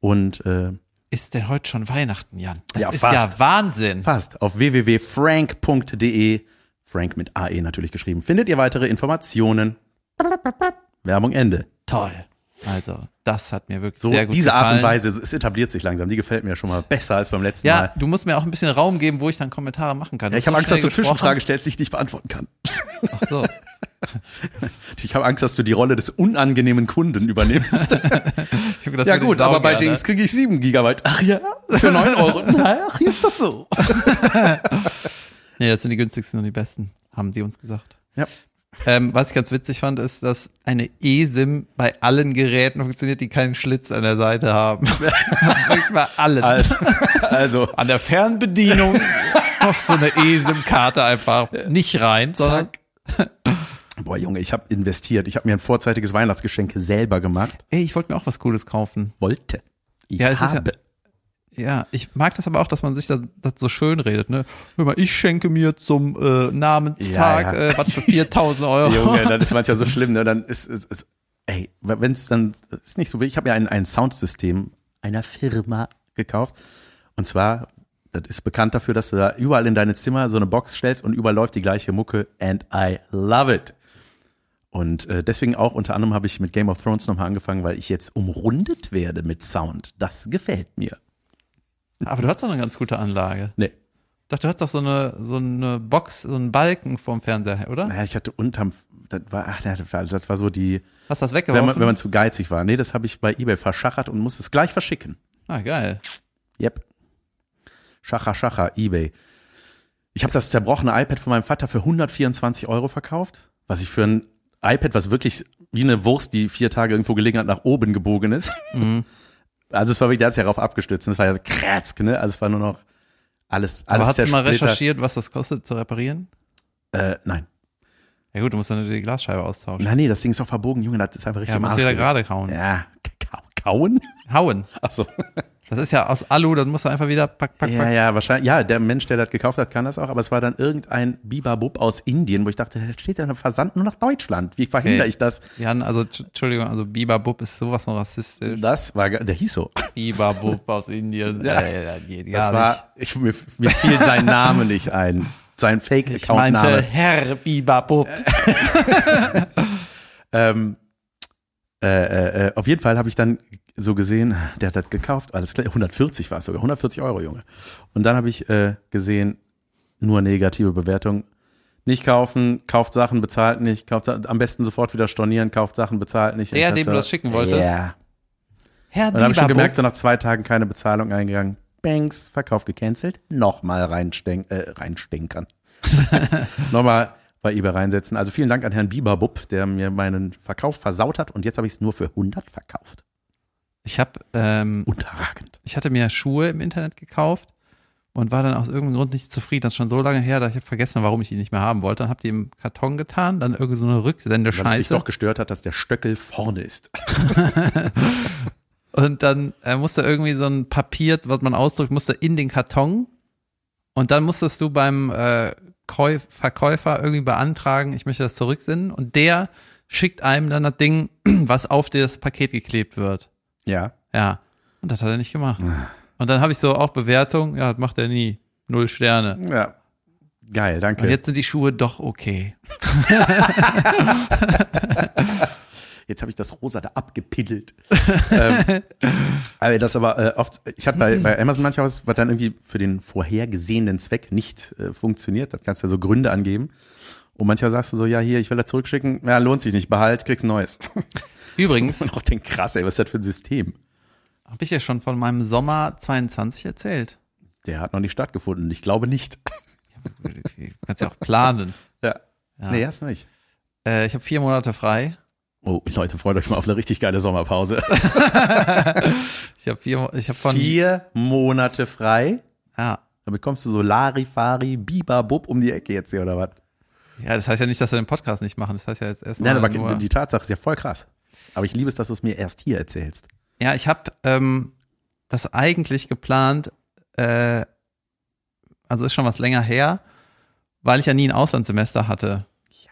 Speaker 1: Und äh,
Speaker 3: Ist denn heute schon Weihnachten, Jan? Das
Speaker 1: Ja,
Speaker 3: ist
Speaker 1: fast.
Speaker 3: ja Wahnsinn.
Speaker 1: Fast auf www.frank.de, Frank mit AE natürlich geschrieben, findet ihr weitere Informationen. Werbung Ende.
Speaker 3: Toll. Also, das hat mir wirklich
Speaker 1: So,
Speaker 3: sehr gut
Speaker 1: diese
Speaker 3: gefallen.
Speaker 1: Art und Weise, es etabliert sich langsam, die gefällt mir schon mal besser als beim letzten
Speaker 3: Ja,
Speaker 1: Mal.
Speaker 3: du musst mir auch ein bisschen Raum geben, wo ich dann Kommentare machen kann.
Speaker 1: Ja, ich habe
Speaker 3: So
Speaker 1: Angst, dass du
Speaker 3: schnell gesprochen.
Speaker 1: Zwischenfragen stellst, die ich nicht beantworten kann.
Speaker 3: Ach so.
Speaker 1: Ich habe Angst, dass du die Rolle des unangenehmen Kunden übernimmst.
Speaker 3: Ich hab gedacht,
Speaker 1: ja
Speaker 3: würde ich
Speaker 1: gut, aber bei
Speaker 3: saugerne.
Speaker 1: Dings kriege ich 7 Gigabyte. Ach ja, für 9 Euro. Na, ach, hier ist das so.
Speaker 3: Nee, das sind die günstigsten und die besten, haben die uns gesagt.
Speaker 1: Ja.
Speaker 3: Ähm, was ich ganz witzig fand, ist, dass eine eSIM bei allen Geräten funktioniert, die keinen Schlitz an der Seite haben. Wirklich bei allen.
Speaker 1: Also, also
Speaker 3: An der Fernbedienung noch so eine eSIM-Karte einfach nicht rein, sondern
Speaker 1: zack. Boah, Junge, ich habe investiert. Ich habe mir ein vorzeitiges Weihnachtsgeschenk selber gemacht.
Speaker 3: ey, ich wollte mir auch was Cooles kaufen.
Speaker 1: wollte. Ich
Speaker 3: Ja,
Speaker 1: ja,
Speaker 3: es ist ja-
Speaker 1: habe.
Speaker 3: Ja, ich mag das aber auch, dass man sich das, das so schön redet. Ne? Hör mal, ich schenke mir zum äh,
Speaker 1: Ja,
Speaker 3: Namenstag
Speaker 1: ja.
Speaker 3: Äh, was für 4000 Euro.
Speaker 1: Junge, das ist manchmal so schlimm. Ne? Dann ist, ist, ist ey, wenn es dann, ist nicht so wild, ich habe ja ein, ein Soundsystem einer Firma gekauft. Und zwar, das ist bekannt dafür, dass du da überall in deine Zimmer so eine Box stellst und überall läuft die gleiche Mucke. And I love it. Und äh, deswegen auch unter anderem habe ich mit Game of Thrones nochmal angefangen, weil ich jetzt umrundet werde mit Sound. Das gefällt mir.
Speaker 3: Aber du hast doch eine ganz gute Anlage.
Speaker 1: Nee.
Speaker 3: Ich dachte, du hast doch so eine, so eine Box, so einen Balken vorm Fernseher, oder?
Speaker 1: Naja, ich hatte unterm, das war, ach, das war, das war so die,
Speaker 3: Hast du das
Speaker 1: wenn
Speaker 3: weggeworfen?
Speaker 1: man, wenn man zu geizig war. Nee, das habe ich bei eBay verschachert und muss es gleich verschicken.
Speaker 3: ah, geil.
Speaker 1: Yep. Schacher, Schacher, eBay. Ich habe das zerbrochene iPad von meinem Vater für 124 Euro verkauft, was ich für ein iPad, was wirklich wie eine Wurst, die vier Tage irgendwo gelegen hat, nach oben gebogen ist.
Speaker 3: Mhm.
Speaker 1: Also es war wirklich, der hat sich darauf abgestützt. und Es war ja kratz, ne? Also es war nur noch alles, alles
Speaker 3: Aber hast du mal
Speaker 1: zersplittert.
Speaker 3: recherchiert, was das kostet zu reparieren?
Speaker 1: Äh, nein.
Speaker 3: Ja gut, du musst dann die Glasscheibe austauschen.
Speaker 1: Nein, nee, das Ding ist auch verbogen, Junge, das ist einfach richtig
Speaker 3: ja,
Speaker 1: im
Speaker 3: musst
Speaker 1: Arsch
Speaker 3: wieder
Speaker 1: gelegen.
Speaker 3: gerade hauen.
Speaker 1: Ja, kau- kauen?
Speaker 3: Hauen.
Speaker 1: Achso.
Speaker 3: Das ist ja aus Alu, das musst du einfach wieder pack, pack,
Speaker 1: Ja,
Speaker 3: pack.
Speaker 1: ja, wahrscheinlich. Ja, der Mensch, der das gekauft hat, kann das auch. Aber es war dann irgendein Bibabub aus Indien, wo ich dachte, das steht ja ein Versand nur nach Deutschland. Wie verhindere
Speaker 3: Okay.
Speaker 1: ich das?
Speaker 3: Jan, also tsch- Entschuldigung, also Bibabub ist sowas von rassistisch.
Speaker 1: Das war, ge- der hieß so.
Speaker 3: Bibabub aus Indien.
Speaker 1: Ja.
Speaker 3: Äh, das geht
Speaker 1: Das
Speaker 3: gar nicht.
Speaker 1: war, ich, mir, mir fiel sein Name nicht ein. Sein
Speaker 3: Ich meinte
Speaker 1: Fake-Account-Name.
Speaker 3: Herr Bibabub.
Speaker 1: Ähm, äh, äh, äh, auf jeden Fall habe ich dann so gesehen, der hat das gekauft, alles klar, 140 war es sogar, 140 Euro, Junge. Und dann habe ich äh, gesehen, nur negative Bewertungen. Nicht kaufen, kauft Sachen, bezahlt nicht, kauft Sa- am besten sofort wieder stornieren, kauft Sachen, bezahlt nicht.
Speaker 3: Der,
Speaker 1: Ich
Speaker 3: dem du
Speaker 1: so,
Speaker 3: das schicken wolltest?
Speaker 1: Ja.
Speaker 3: Herr
Speaker 1: Und dann habe ich schon gemerkt,
Speaker 3: Bibabub.
Speaker 1: so nach zwei Tagen keine Bezahlung eingegangen. Banks, Verkauf gecancelt, nochmal reinsten äh, reinstenkern. nochmal bei eBay reinsetzen. Also vielen Dank an Herrn Bieberbub, der mir meinen Verkauf versaut hat und jetzt habe ich es nur für 100 verkauft.
Speaker 3: Ich habe ähm,
Speaker 1: Unterragend.
Speaker 3: ich hatte mir Schuhe im Internet gekauft und war dann aus irgendeinem Grund nicht zufrieden. Das ist schon so lange her, dass ich hab vergessen, warum ich die nicht mehr haben wollte. Dann hab die im Karton getan, dann irgendwie so eine
Speaker 1: Weil es dich
Speaker 3: Rücksendescheiße.
Speaker 1: doch gestört hat, dass der Stöckel vorne ist.
Speaker 3: Und dann äh, musste irgendwie so ein Papier, was man ausdrückt, musste in den Karton. Und dann musstest du beim äh, Käu- Verkäufer irgendwie beantragen, ich möchte das zurücksenden. Und der schickt einem dann das Ding, was auf das Paket geklebt wird.
Speaker 1: Ja.
Speaker 3: Ja. Und das hat er nicht gemacht. Und dann habe ich so auch Bewertung, ja, das macht er nie. Null Sterne.
Speaker 1: Ja. Geil, danke.
Speaker 3: Und jetzt sind die Schuhe doch okay.
Speaker 1: Jetzt habe ich das Rosa da abgepiddelt. ähm, also das aber äh, oft, ich hatte bei, bei Amazon manchmal was, was dann irgendwie für den vorhergesehenen Zweck nicht äh, funktioniert. Da kannst du ja so Gründe angeben. Und manchmal sagst du so, ja, hier, ich will das zurückschicken. Ja, lohnt sich nicht. Behalt, kriegst ein neues.
Speaker 3: Übrigens,
Speaker 1: Und auch den krass, ey, was ist das für ein System?
Speaker 3: habe ich ja schon von meinem Sommer 22 erzählt.
Speaker 1: Der hat noch nicht stattgefunden. Ich glaube nicht.
Speaker 3: Du kannst ja auch planen.
Speaker 1: Ja.
Speaker 3: Ja.
Speaker 1: Nee, erst nicht.
Speaker 3: Äh, ich habe vier Monate frei.
Speaker 1: Oh, Leute, freut euch mal auf eine richtig geile Sommerpause.
Speaker 3: Ich habe vier, ich habe von,
Speaker 1: Vier Monate frei.
Speaker 3: ja.
Speaker 1: Damit kommst du so Larifari, Bibabub um die Ecke jetzt hier, oder was?
Speaker 3: Ja, das heißt ja nicht, dass wir den Podcast nicht machen. Das heißt ja jetzt erstmal.
Speaker 1: Nein, aber
Speaker 3: nur,
Speaker 1: die Tatsache ist ja voll krass. Aber ich liebe es, dass du es mir erst hier erzählst.
Speaker 3: ja, ich habe ähm, das eigentlich geplant, äh, also ist schon was länger her, weil ich ja nie ein Auslandssemester hatte. Ja.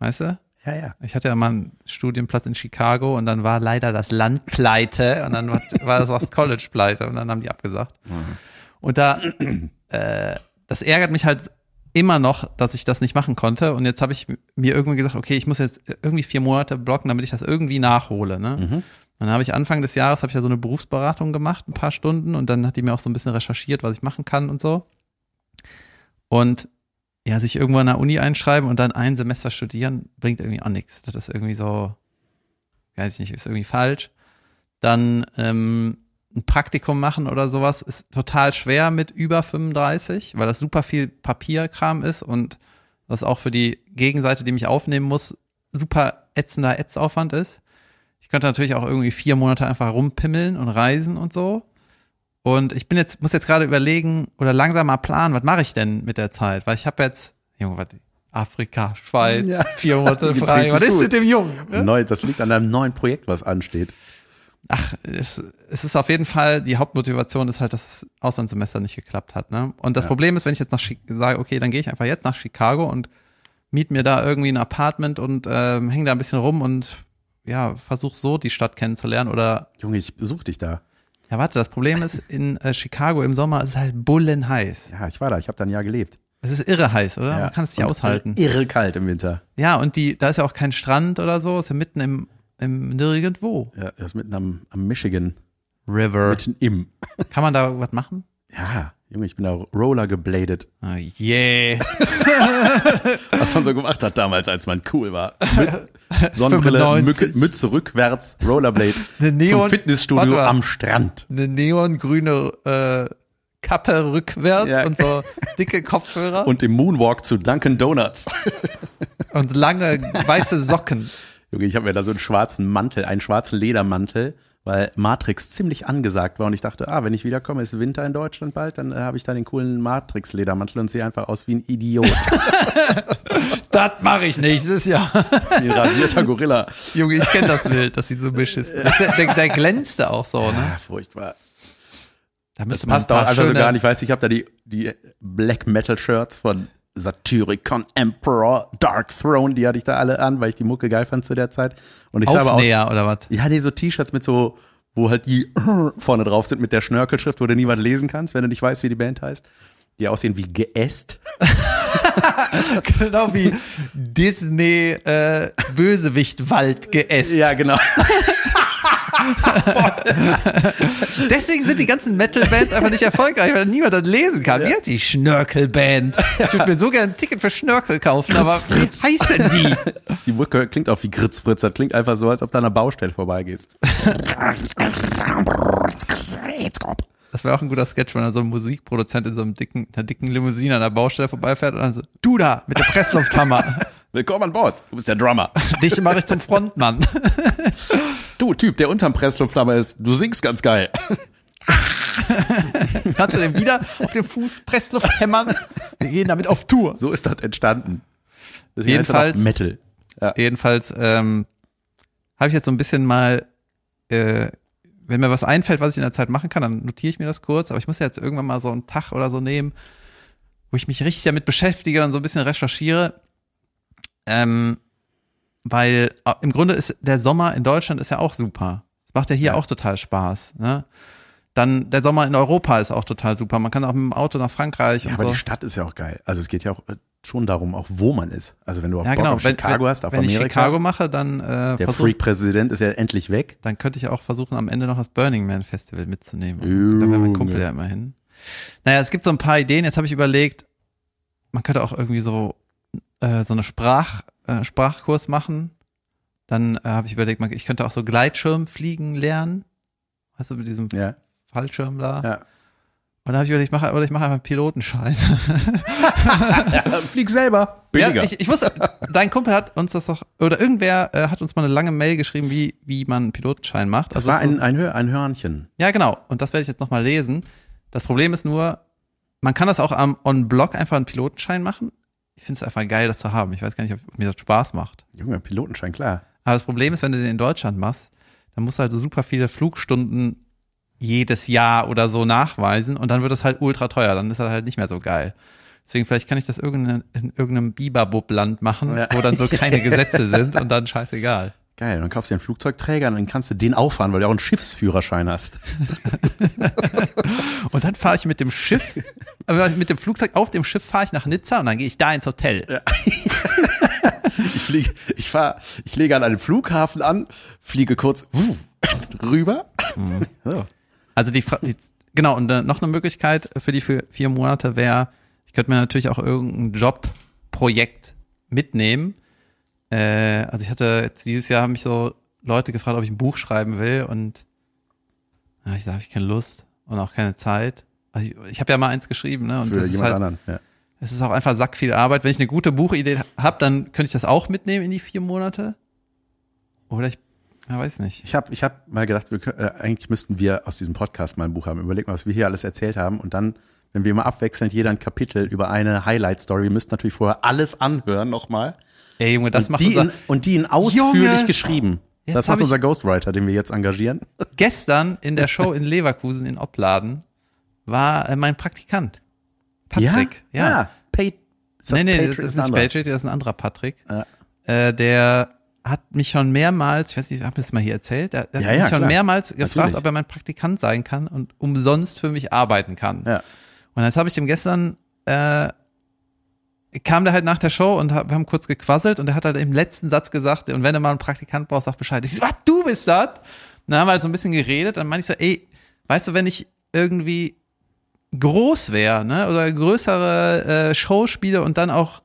Speaker 3: Weißt du?
Speaker 1: Ja, ja.
Speaker 3: Ich hatte ja mal einen Studienplatz in Chicago und dann war leider das Land pleite und dann war, war das, das College pleite und dann haben die abgesagt. Und da, äh, das ärgert mich halt immer noch, dass ich das nicht machen konnte. Und jetzt habe ich mir irgendwie gesagt, okay, ich muss jetzt irgendwie vier Monate blocken, damit ich das irgendwie nachhole. Ne?
Speaker 1: Mhm.
Speaker 3: Und dann habe ich Anfang des Jahres, habe ich ja so eine Berufsberatung gemacht, ein paar Stunden und dann hat die mir auch so ein bisschen recherchiert, was ich machen kann und so. Und ja, sich irgendwo an der Uni einschreiben und dann ein Semester studieren, bringt irgendwie auch nichts. Das ist irgendwie so, weiß ich nicht, ist irgendwie falsch. Dann ähm, ein Praktikum machen oder sowas ist total schwer mit über 35, weil das super viel Papierkram ist und das auch für die Gegenseite, die mich aufnehmen muss, super ätzender Ätzaufwand ist. Ich könnte natürlich auch irgendwie vier Monate einfach rumpimmeln und reisen und so. Und ich bin jetzt, muss jetzt gerade überlegen oder langsam mal planen, was mache ich denn mit der Zeit? Weil ich habe jetzt, Junge, was, Afrika, Schweiz,
Speaker 1: Ja.
Speaker 3: vier Monate
Speaker 1: Geht's
Speaker 3: frei.
Speaker 1: richtig
Speaker 3: Was ist
Speaker 1: gut.
Speaker 3: mit dem Jungen? ne?
Speaker 1: Neu, das liegt an deinem neuen Projekt, was ansteht.
Speaker 3: Ach, es, es ist auf jeden Fall, die Hauptmotivation ist halt, dass das Auslandssemester nicht geklappt hat. Ne? Und das
Speaker 1: Ja.
Speaker 3: Problem ist, wenn ich jetzt nach Chi- sage, okay, dann gehe ich einfach jetzt nach Chicago und miet mir da irgendwie ein Apartment und ähm, hänge da ein bisschen rum und ja, versuch so die Stadt kennenzulernen oder
Speaker 1: Junge, ich besuche dich da.
Speaker 3: ja, warte, das Problem ist, in äh, Chicago im Sommer ist es halt bullenheiß.
Speaker 1: Ja, ich war da, ich habe da ein Jahr gelebt.
Speaker 3: Es ist irre heiß, oder?
Speaker 1: ja.
Speaker 3: Man kann es nicht
Speaker 1: Und äh,
Speaker 3: aushalten.
Speaker 1: Irre kalt im Winter.
Speaker 3: Ja, und die, da ist ja auch kein Strand oder so, ist ja mitten im, im Nirgendwo.
Speaker 1: Ja, das ist mitten am, am Michigan.
Speaker 3: River.
Speaker 1: Mitten im.
Speaker 3: Kann man da was machen?
Speaker 1: Ja, Junge, ich bin da Roller gebladet.
Speaker 3: Ah, yeah.
Speaker 1: Was man so gemacht hat damals, als man cool war. Mit Sonnenbrille,
Speaker 3: 95.
Speaker 1: Mücke, Mütze rückwärts, Rollerblade.
Speaker 3: Eine
Speaker 1: zum
Speaker 3: Neon-
Speaker 1: Fitnessstudio
Speaker 3: Warte mal.
Speaker 1: am Strand.
Speaker 3: Eine neongrüne äh, Kappe rückwärts
Speaker 1: Ja.
Speaker 3: und so dicke Kopfhörer und,
Speaker 1: Und im Moonwalk zu Dunkin' Donuts.
Speaker 3: lange weiße Socken.
Speaker 1: Junge, ich habe mir da so einen schwarzen Mantel, einen schwarzen Ledermantel, weil Matrix ziemlich angesagt war und ich dachte, ah, wenn ich wiederkomme, ist Winter in Deutschland bald, dann äh, habe ich da den coolen Matrix-Ledermantel und sehe einfach aus wie ein Idiot,
Speaker 3: Das mache ich nächstes Jahr.
Speaker 1: wie ein rasierter Gorilla.
Speaker 3: Junge, ich kenne das Bild, das sieht so beschissen. Das, der, der, der glänzte auch so, ne?
Speaker 1: Ah, furchtbar.
Speaker 3: Da müsste man
Speaker 1: Passt auch
Speaker 3: ein paar also
Speaker 1: einfach so
Speaker 3: schöne-
Speaker 1: gar nicht. Ich weiß, ich habe da die, die Black Metal-Shirts von Satyricon, Emperor, Dark Throne, die hatte ich da alle an, weil ich die Mucke geil fand zu der Zeit. Und ich sah aber aus
Speaker 3: Aufnäher oder was?
Speaker 1: Ja, nee, so T-Shirts mit so, wo halt die vorne drauf sind mit der Schnörkelschrift, wo du niemand lesen kannst, wenn du nicht weißt, wie die Band heißt. Die aussehen wie geäst.
Speaker 3: Genau wie Disney äh, Bösewicht Wald geäst.
Speaker 1: genau.
Speaker 3: Deswegen sind die ganzen Metal-Bands einfach nicht erfolgreich, weil niemand das lesen kann. Wie heißt die Schnörkelband? Ich würde mir so gerne ein Ticket für Schnörkel kaufen, aber wie heißen die?
Speaker 1: Die Mucke klingt auch wie Gritzfritz. Das klingt einfach so, als ob du an einer Baustelle vorbeigehst.
Speaker 3: Das wäre auch ein guter Sketch, wenn da so ein Musikproduzent in so einem dicken, einer dicken Limousine an der Baustelle vorbeifährt und dann so, du da, mit dem Presslufthammer,
Speaker 1: Willkommen an Bord. Du bist der Drummer.
Speaker 3: dich mache ich zum Frontmann.
Speaker 1: Du, Typ, der unterm Presslufthammer ist, du singst ganz geil.
Speaker 3: Kannst du den wieder auf den Fuß Pressluft hämmern? Wir gehen damit auf Tour.
Speaker 1: So ist das entstanden. Deswegen heißt das
Speaker 3: Jedenfalls-
Speaker 1: auch Metal.
Speaker 3: Jedenfalls ähm, habe ich jetzt so ein bisschen mal, äh, wenn mir was einfällt, was ich in der Zeit machen kann, dann notiere ich mir das kurz. Aber ich muss ja jetzt irgendwann mal so einen Tag oder so nehmen, wo ich mich richtig damit beschäftige und so ein bisschen recherchiere. Ähm, weil äh, im Grunde ist der Sommer in Deutschland ist ja auch super. Es macht ja hier
Speaker 1: Ja.
Speaker 3: auch total Spaß. Ne? Dann der Sommer in Europa ist auch total super. Man kann auch mit dem Auto nach Frankreich
Speaker 1: Ja,
Speaker 3: und
Speaker 1: aber
Speaker 3: so.
Speaker 1: die Stadt ist ja auch geil. Also es geht ja auch äh, schon darum, auch wo man ist. Also wenn du auch
Speaker 3: ja,
Speaker 1: Bock
Speaker 3: genau.
Speaker 1: auf Chicago
Speaker 3: wenn,
Speaker 1: hast, auf
Speaker 3: wenn
Speaker 1: Amerika.
Speaker 3: ich Chicago mache, dann äh,
Speaker 1: der
Speaker 3: versuche
Speaker 1: Freak-Präsident ist ja endlich weg.
Speaker 3: dann könnte ich auch versuchen, am Ende noch das Burning Man Festival mitzunehmen. Da wäre mein Kumpel
Speaker 1: Junge.
Speaker 3: ja immer hin. Naja, es gibt so ein paar Ideen. Jetzt habe ich überlegt, man könnte auch irgendwie so, äh, so eine Sprach, äh, Sprachkurs machen. Dann äh, habe ich überlegt, man, ich könnte auch so Gleitschirm fliegen lernen. Weißt du, mit diesem
Speaker 1: Ja,
Speaker 3: Fallschirm da.
Speaker 1: ja.
Speaker 3: Und dann habe ich überlegt, ich mache, oder ich mache einfach einen Pilotenschein.
Speaker 1: Flieg selber.
Speaker 3: Ja, ich, ich wusste, dein Kumpel hat uns das doch, oder irgendwer äh, hat uns mal eine lange Mail geschrieben, wie, wie man einen Pilotenschein macht.
Speaker 1: das
Speaker 3: Also
Speaker 1: war
Speaker 3: es ist-
Speaker 1: ein, ein, Hör, ein Hörnchen.
Speaker 3: Ja, genau. Und das werde ich jetzt nochmal lesen. Das Problem ist nur, man kann das auch am On-Block einfach einen Pilotenschein machen. Ich finde es einfach geil, das zu haben. Ich weiß gar nicht, ob mir das Spaß macht.
Speaker 1: Junge, Pilotenschein, klar.
Speaker 3: Aber das Problem ist, wenn du den in Deutschland machst, dann musst du halt so super viele Flugstunden jedes Jahr oder so nachweisen und dann wird das halt ultra teuer. Dann ist das halt nicht mehr so geil. Deswegen vielleicht kann ich das irgendein, in irgendeinem Biberbub-Land machen,
Speaker 1: Ja.
Speaker 3: wo dann so keine Gesetze sind und dann scheißegal.
Speaker 1: Geil, dann kaufst du dir einen Flugzeugträger und dann kannst du den auffahren, weil du auch einen Schiffsführerschein hast.
Speaker 3: Und dann fahre ich mit dem Schiff, äh, mit dem Flugzeug auf dem Schiff fahre ich nach Nizza und dann gehe ich da ins Hotel.
Speaker 1: Ich fliege, ich fahre, ich lege an einem Flughafen an, fliege kurz wuh, rüber. So.
Speaker 3: Also die, Fra- die genau, und äh, noch eine Möglichkeit für die für vier Monate wäre, ich könnte mir natürlich auch irgendein Jobprojekt mitnehmen. Äh, also ich hatte jetzt dieses Jahr haben mich so Leute gefragt, ob ich ein Buch schreiben will und ja, ich sage, habe ich keine Lust und auch keine Zeit. Also ich ich habe ja mal eins geschrieben, ne? Und
Speaker 1: Für
Speaker 3: das
Speaker 1: jemand
Speaker 3: ist halt,
Speaker 1: anderen. Ja.
Speaker 3: es ist auch einfach sack viel Arbeit. Wenn ich eine gute Buchidee habe, dann könnte ich das auch mitnehmen in die vier Monate. Oder ich, ja, weiß nicht.
Speaker 1: Ich habe ich hab mal gedacht, wir, kö- äh, eigentlich müssten wir aus diesem Podcast mal ein Buch haben. Überleg mal, was wir hier alles erzählt haben. Und dann, wenn wir immer abwechselnd jeder ein Kapitel über eine Highlight-Story, ihr müsst natürlich vorher alles anhören nochmal.
Speaker 3: Ey Junge, das
Speaker 1: Und
Speaker 3: macht
Speaker 1: die,
Speaker 3: unser-
Speaker 1: in, und die in ausführlich
Speaker 3: Junge!
Speaker 1: geschrieben.
Speaker 3: Jetzt
Speaker 1: das
Speaker 3: hab
Speaker 1: macht
Speaker 3: ich-
Speaker 1: unser Ghostwriter, den wir jetzt engagieren.
Speaker 3: gestern in der Show in Leverkusen in Opladen war äh, mein Praktikant. Patrick. Ja.
Speaker 1: Pay, ist das
Speaker 3: nee, nee,
Speaker 1: Patriot
Speaker 3: das ist
Speaker 1: ein
Speaker 3: nicht
Speaker 1: anderer?
Speaker 3: Patriot, das ist ein anderer Patrick.
Speaker 1: Ja.
Speaker 3: Äh, der hat mich schon mehrmals, ich weiß nicht, ich habe das mal hier erzählt, er hat
Speaker 1: Ja,
Speaker 3: mich
Speaker 1: ja,
Speaker 3: schon
Speaker 1: klar.
Speaker 3: mehrmals gefragt,
Speaker 1: Natürlich.
Speaker 3: ob er mein Praktikant sein kann und umsonst für mich arbeiten kann.
Speaker 1: Ja.
Speaker 3: Und jetzt habe ich dem gestern, äh, kam der halt nach der Show und hab, wir haben kurz gequasselt und er hat halt im letzten Satz gesagt, und wenn du mal einen Praktikant brauchst, sag Bescheid. Ich so, was, du bist das? Und dann haben wir halt so ein bisschen geredet, dann meinte ich so, ey, weißt du, wenn ich irgendwie groß wäre, ne, oder größere äh, Show spiele und dann auch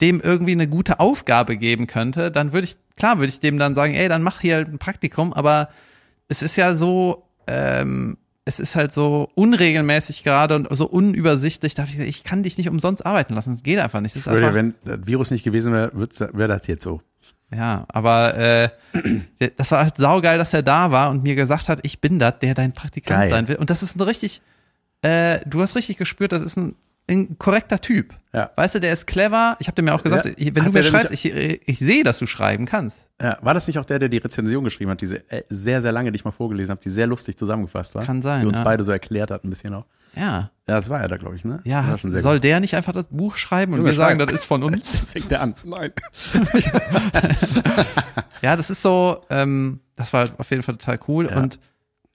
Speaker 3: dem irgendwie eine gute Aufgabe geben könnte, dann würde ich, klar würde ich dem dann sagen, ey, dann mach hier halt ein Praktikum, aber es ist ja so, ähm, es ist halt so unregelmäßig gerade und so unübersichtlich, da hab ich gesagt, ich kann dich nicht umsonst arbeiten lassen, das geht einfach nicht. Das ist
Speaker 1: Würde,
Speaker 3: einfach,
Speaker 1: wenn das Virus nicht gewesen wäre, wäre das jetzt so.
Speaker 3: ja, aber äh, der- das war halt saugeil, dass er da war und mir gesagt hat, ich bin das, der dein Praktikant
Speaker 1: Geil.
Speaker 3: sein will. Und das ist ein richtig, äh, du hast richtig gespürt, das ist ein, ein korrekter Typ.
Speaker 1: Ja.
Speaker 3: Weißt du, der ist clever. Ich habe dir mir auch gesagt,
Speaker 1: Ja.
Speaker 3: ich, wenn
Speaker 1: Hat
Speaker 3: du
Speaker 1: er denn
Speaker 3: mir schreibst, ich, äh, ich sehe, dass du schreiben kannst.
Speaker 1: Ja, war das nicht auch der, der die Rezension geschrieben hat, diese äh, sehr, sehr lange, die ich mal vorgelesen habe, die sehr lustig zusammengefasst war?
Speaker 3: Kann sein,
Speaker 1: Die uns
Speaker 3: ja.
Speaker 1: beide so erklärt hat, ein bisschen auch. Ja,
Speaker 3: Ja.
Speaker 1: das war ja da, glaube ich, ne?
Speaker 3: Ja,
Speaker 1: das war
Speaker 3: hast,
Speaker 1: schon sehr
Speaker 3: soll der nicht einfach das Buch schreiben und
Speaker 1: Junge,
Speaker 3: wir sagen,
Speaker 1: schreib.
Speaker 3: das ist von uns?
Speaker 1: gut. Fängt der an. Nein.
Speaker 3: ja, das ist so, ähm, das war auf jeden Fall total cool
Speaker 1: Ja.
Speaker 3: und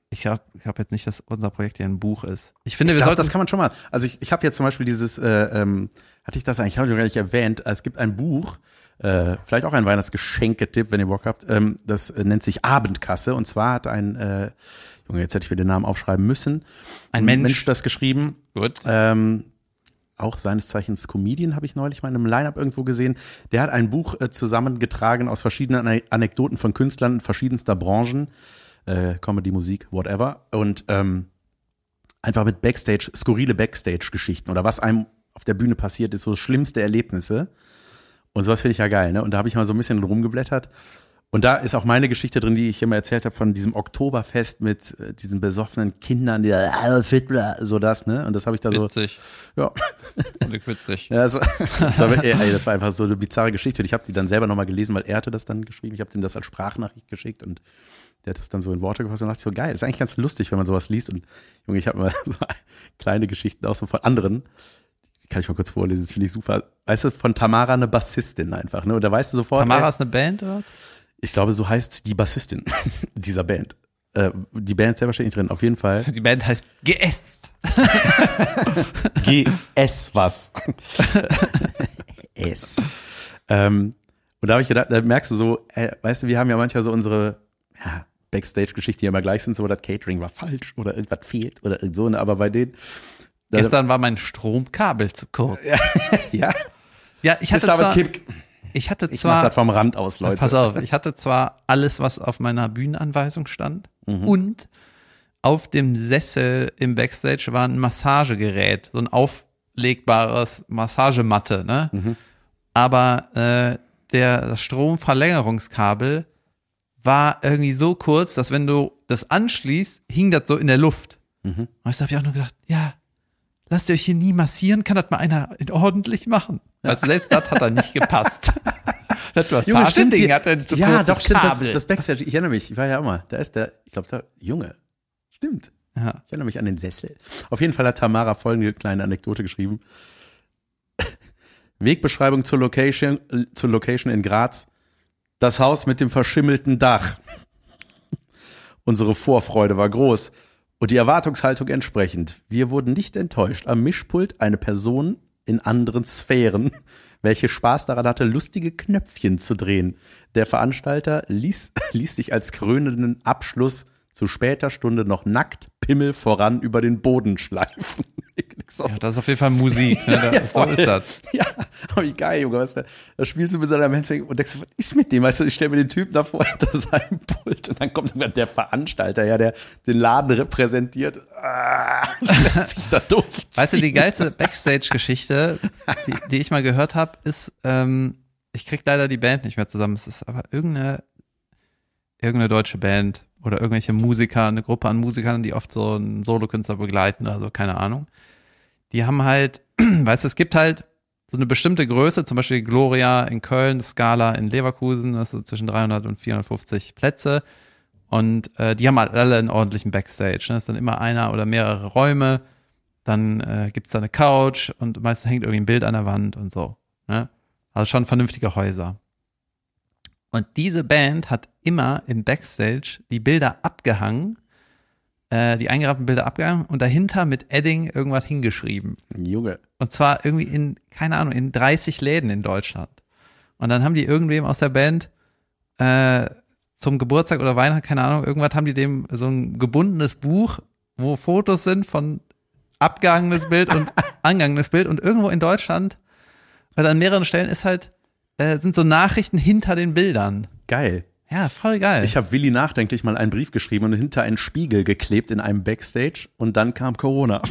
Speaker 3: ich glaube ich glaub jetzt nicht, dass unser Projekt hier ein Buch ist. Ich finde,
Speaker 1: Ich
Speaker 3: wir
Speaker 1: glaub,
Speaker 3: sollten
Speaker 1: das kann man schon mal. Also ich, ich habe jetzt zum Beispiel dieses, äh, ähm, hatte ich das eigentlich, habe ich noch gar nicht erwähnt, es gibt ein Buch, äh, vielleicht auch ein Weihnachtsgeschenketipp, wenn ihr Bock habt, ähm, das äh, nennt sich Abendkasse und zwar hat ein, äh, Junge, jetzt hätte ich mir den Namen aufschreiben müssen,
Speaker 3: ein Mensch,
Speaker 1: Mensch das geschrieben,
Speaker 3: gut.
Speaker 1: ähm, auch seines Zeichens Comedian habe ich neulich mal in einem Line-Up irgendwo gesehen. Der hat ein Buch äh, zusammengetragen aus verschiedenen Ane Anekdoten von Künstlern verschiedenster Branchen, äh, Comedy, Musik, whatever. Und ähm, einfach mit Backstage, skurrile Backstage-Geschichten oder was einem auf der Bühne passiert ist, so schlimmste Erlebnisse. Und sowas finde ich ja geil, ne? Und da habe ich mal so ein bisschen rumgeblättert. Und da ist auch meine Geschichte drin, die ich immer erzählt habe von diesem Oktoberfest mit äh, diesen besoffenen Kindern, die da, Adolf Hitler, so das, ne? Und das habe ich da so,
Speaker 3: witzig,
Speaker 1: ja.
Speaker 3: witzig.
Speaker 1: ja das, war, das, war, ey, ey, das war einfach so eine bizarre Geschichte. Und ich habe die dann selber nochmal gelesen, weil er hatte das dann geschrieben. Ich habe dem das als Sprachnachricht geschickt und der hat das dann so in Worte gefasst und dachte ich so, geil, ist eigentlich ganz lustig, wenn man sowas liest. Und Junge, ich habe mal so kleine Geschichten auch so von anderen. Die Kann ich mal kurz vorlesen, das finde ich super. Weißt du, von Tamara eine Bassistin einfach, ne? Und da weißt du sofort.
Speaker 3: Tamara
Speaker 1: ey,
Speaker 3: ist eine Band oder? was?
Speaker 1: ich glaube, so heißt die Bassistin dieser Band. Äh, die Band selber steht nicht drin. Auf jeden Fall.
Speaker 3: Die Band heißt Geäst.
Speaker 1: GS was. S. Ähm, und da habe ich gedacht, da merkst du so, äh, weißt du, wir haben ja manchmal so unsere ja, Backstage-Geschichten, die immer gleich sind, so das Catering war falsch oder irgendwas fehlt oder irgend so, ne, aber bei denen. da-
Speaker 3: Gestern war mein Stromkabel zu kurz.
Speaker 1: ja,
Speaker 3: Ja, ich
Speaker 1: ist
Speaker 3: hatte
Speaker 1: aber
Speaker 3: zwar,
Speaker 1: kippt.
Speaker 3: ich hatte
Speaker 1: Ich mach
Speaker 3: zwar,
Speaker 1: das vom Rand aus, Leute.
Speaker 3: pass auf, ich hatte zwar alles, was auf meiner Bühnenanweisung stand
Speaker 1: Mhm.
Speaker 3: und auf dem Sessel im Backstage war ein Massagegerät, so ein auflegbares Massagematte, ne?
Speaker 1: Mhm.
Speaker 3: Aber äh, der, das Stromverlängerungskabel war irgendwie so kurz, dass wenn du das anschließt, hing das so in der Luft.
Speaker 1: Mhm.
Speaker 3: Weißt du, habe ich auch nur gedacht, ja, lasst ihr euch hier nie massieren, kann das mal einer ordentlich machen. Also selbst das hat dann nicht gepasst. das
Speaker 1: Junge, stimmt,
Speaker 3: Massageding
Speaker 1: die-
Speaker 3: hat ein zu
Speaker 1: ja,
Speaker 3: kurzes
Speaker 1: doch, stimmt, das,
Speaker 3: Kabel.
Speaker 1: das Backstage, ich erinnere mich, ich war ja auch mal, da ist der, ich glaube, da, Junge, stimmt.
Speaker 3: ja.
Speaker 1: Ich erinnere mich an den Sessel. Auf jeden Fall hat Tamara folgende kleine Anekdote geschrieben. Wegbeschreibung zur Location, äh, zur Location in Graz. Das Haus mit dem verschimmelten Dach. Unsere Vorfreude war groß und die Erwartungshaltung entsprechend. Wir wurden nicht enttäuscht. Am Mischpult eine Person in anderen Sphären, welche Spaß daran hatte, lustige Knöpfchen zu drehen. Der Veranstalter ließ, ließ sich als krönenden Abschluss zu später Stunde noch nackt Pimmel voran über den Boden schleifen. Nix aus
Speaker 3: ja, das ist auf jeden Fall Musik. Ne? Da,
Speaker 1: Ja,
Speaker 3: so
Speaker 1: voll.
Speaker 3: ist das.
Speaker 1: Ja, aber wie geil, Junge, weißt du, da spielst du mit seiner Menschen und denkst, was ist mit dem, weißt du, ich stelle mir den Typen da vor hinter seinem Pult und dann kommt irgendwann der Veranstalter, ja, der den Laden repräsentiert, ah, lässt sich da durch.
Speaker 3: Weißt du, die geilste Backstage-Geschichte, die, die ich mal gehört habe, ist, ähm, ich krieg leider die Band nicht mehr zusammen. Es ist aber irgendeine, irgendeine deutsche Band oder irgendwelche Musiker, eine Gruppe an Musikern, die oft so einen Solokünstler begleiten, also keine Ahnung. Die haben halt, weißt du, es gibt halt so eine bestimmte Größe, zum Beispiel Gloria in Köln, Scala in Leverkusen, das ist so zwischen 300 und 450 Plätze. Und äh, die haben halt alle einen ordentlichen Backstage. Ne? Das ist dann immer einer oder mehrere Räume. Dann äh, gibt's da eine Couch und meistens hängt irgendwie ein Bild an der Wand und so. Ne? Also schon vernünftige Häuser. Und diese Band hat immer im Backstage die Bilder abgehangen, äh, die eingerafften Bilder abgehangen und dahinter mit Edding irgendwas hingeschrieben.
Speaker 1: Junge.
Speaker 3: Und zwar irgendwie in, keine Ahnung, in 30 Läden in Deutschland. Und dann haben die irgendwem aus der Band äh, zum Geburtstag oder Weihnachten, keine Ahnung, irgendwas haben die dem so ein gebundenes Buch, wo Fotos sind von abgehangenes Bild und angehangenes Bild und irgendwo in Deutschland oder an mehreren Stellen ist halt, äh, sind so Nachrichten hinter den Bildern.
Speaker 1: Geil.
Speaker 3: Ja, voll geil.
Speaker 1: Ich habe Willi nachdenklich mal einen Brief geschrieben und hinter einen Spiegel geklebt in einem Backstage und dann kam Corona.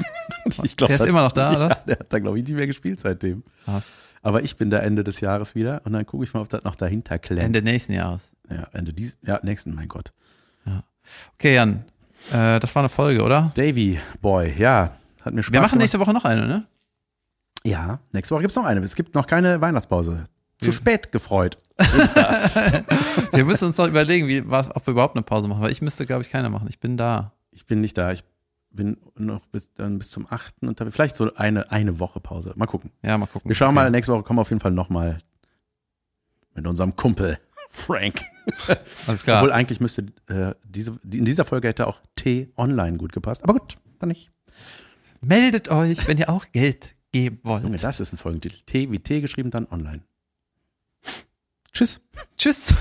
Speaker 1: Und ich glaub,
Speaker 3: Der ist
Speaker 1: das-
Speaker 3: immer noch da,
Speaker 1: ja,
Speaker 3: oder?
Speaker 1: Der hat da, glaube ich, nicht mehr gespielt seitdem.
Speaker 3: Krass.
Speaker 1: Aber ich bin da Ende des Jahres wieder und dann gucke ich mal, ob das noch dahinter klemmt.
Speaker 3: Ende nächsten Jahres.
Speaker 1: Ja, Ende dies, ja, nächsten, mein Gott.
Speaker 3: Okay, Jan, äh, das war eine Folge, oder?
Speaker 1: Davy Boy, ja, hat mir Spaß
Speaker 3: Wir machen
Speaker 1: gemacht.
Speaker 3: nächste Woche noch eine, ne?
Speaker 1: Ja, nächste Woche gibt's noch eine. Es gibt noch keine Weihnachtspause. Zu spät gefreut.
Speaker 3: Wir müssen uns noch überlegen, wie, was, ob wir überhaupt eine Pause machen, weil ich müsste, glaube ich, keine machen. Ich bin da.
Speaker 1: Ich bin nicht da. Ich bin noch bis, dann bis zum 8. und habe vielleicht so eine, eine Woche Pause. Mal gucken.
Speaker 3: Ja, mal gucken.
Speaker 1: Wir schauen
Speaker 3: Okay.
Speaker 1: mal, nächste Woche kommen wir auf jeden Fall nochmal mit unserem Kumpel Frank.
Speaker 3: Alles klar.
Speaker 1: Obwohl eigentlich müsste äh, diese, die, in dieser Folge hätte auch T online gut gepasst. Aber gut, dann nicht.
Speaker 3: Meldet euch, wenn ihr auch Geld geben
Speaker 1: Junge,
Speaker 3: wollt.
Speaker 1: das ist ein Folgentitel. T wie T geschrieben, dann online. Tschüss.
Speaker 3: Tschüss.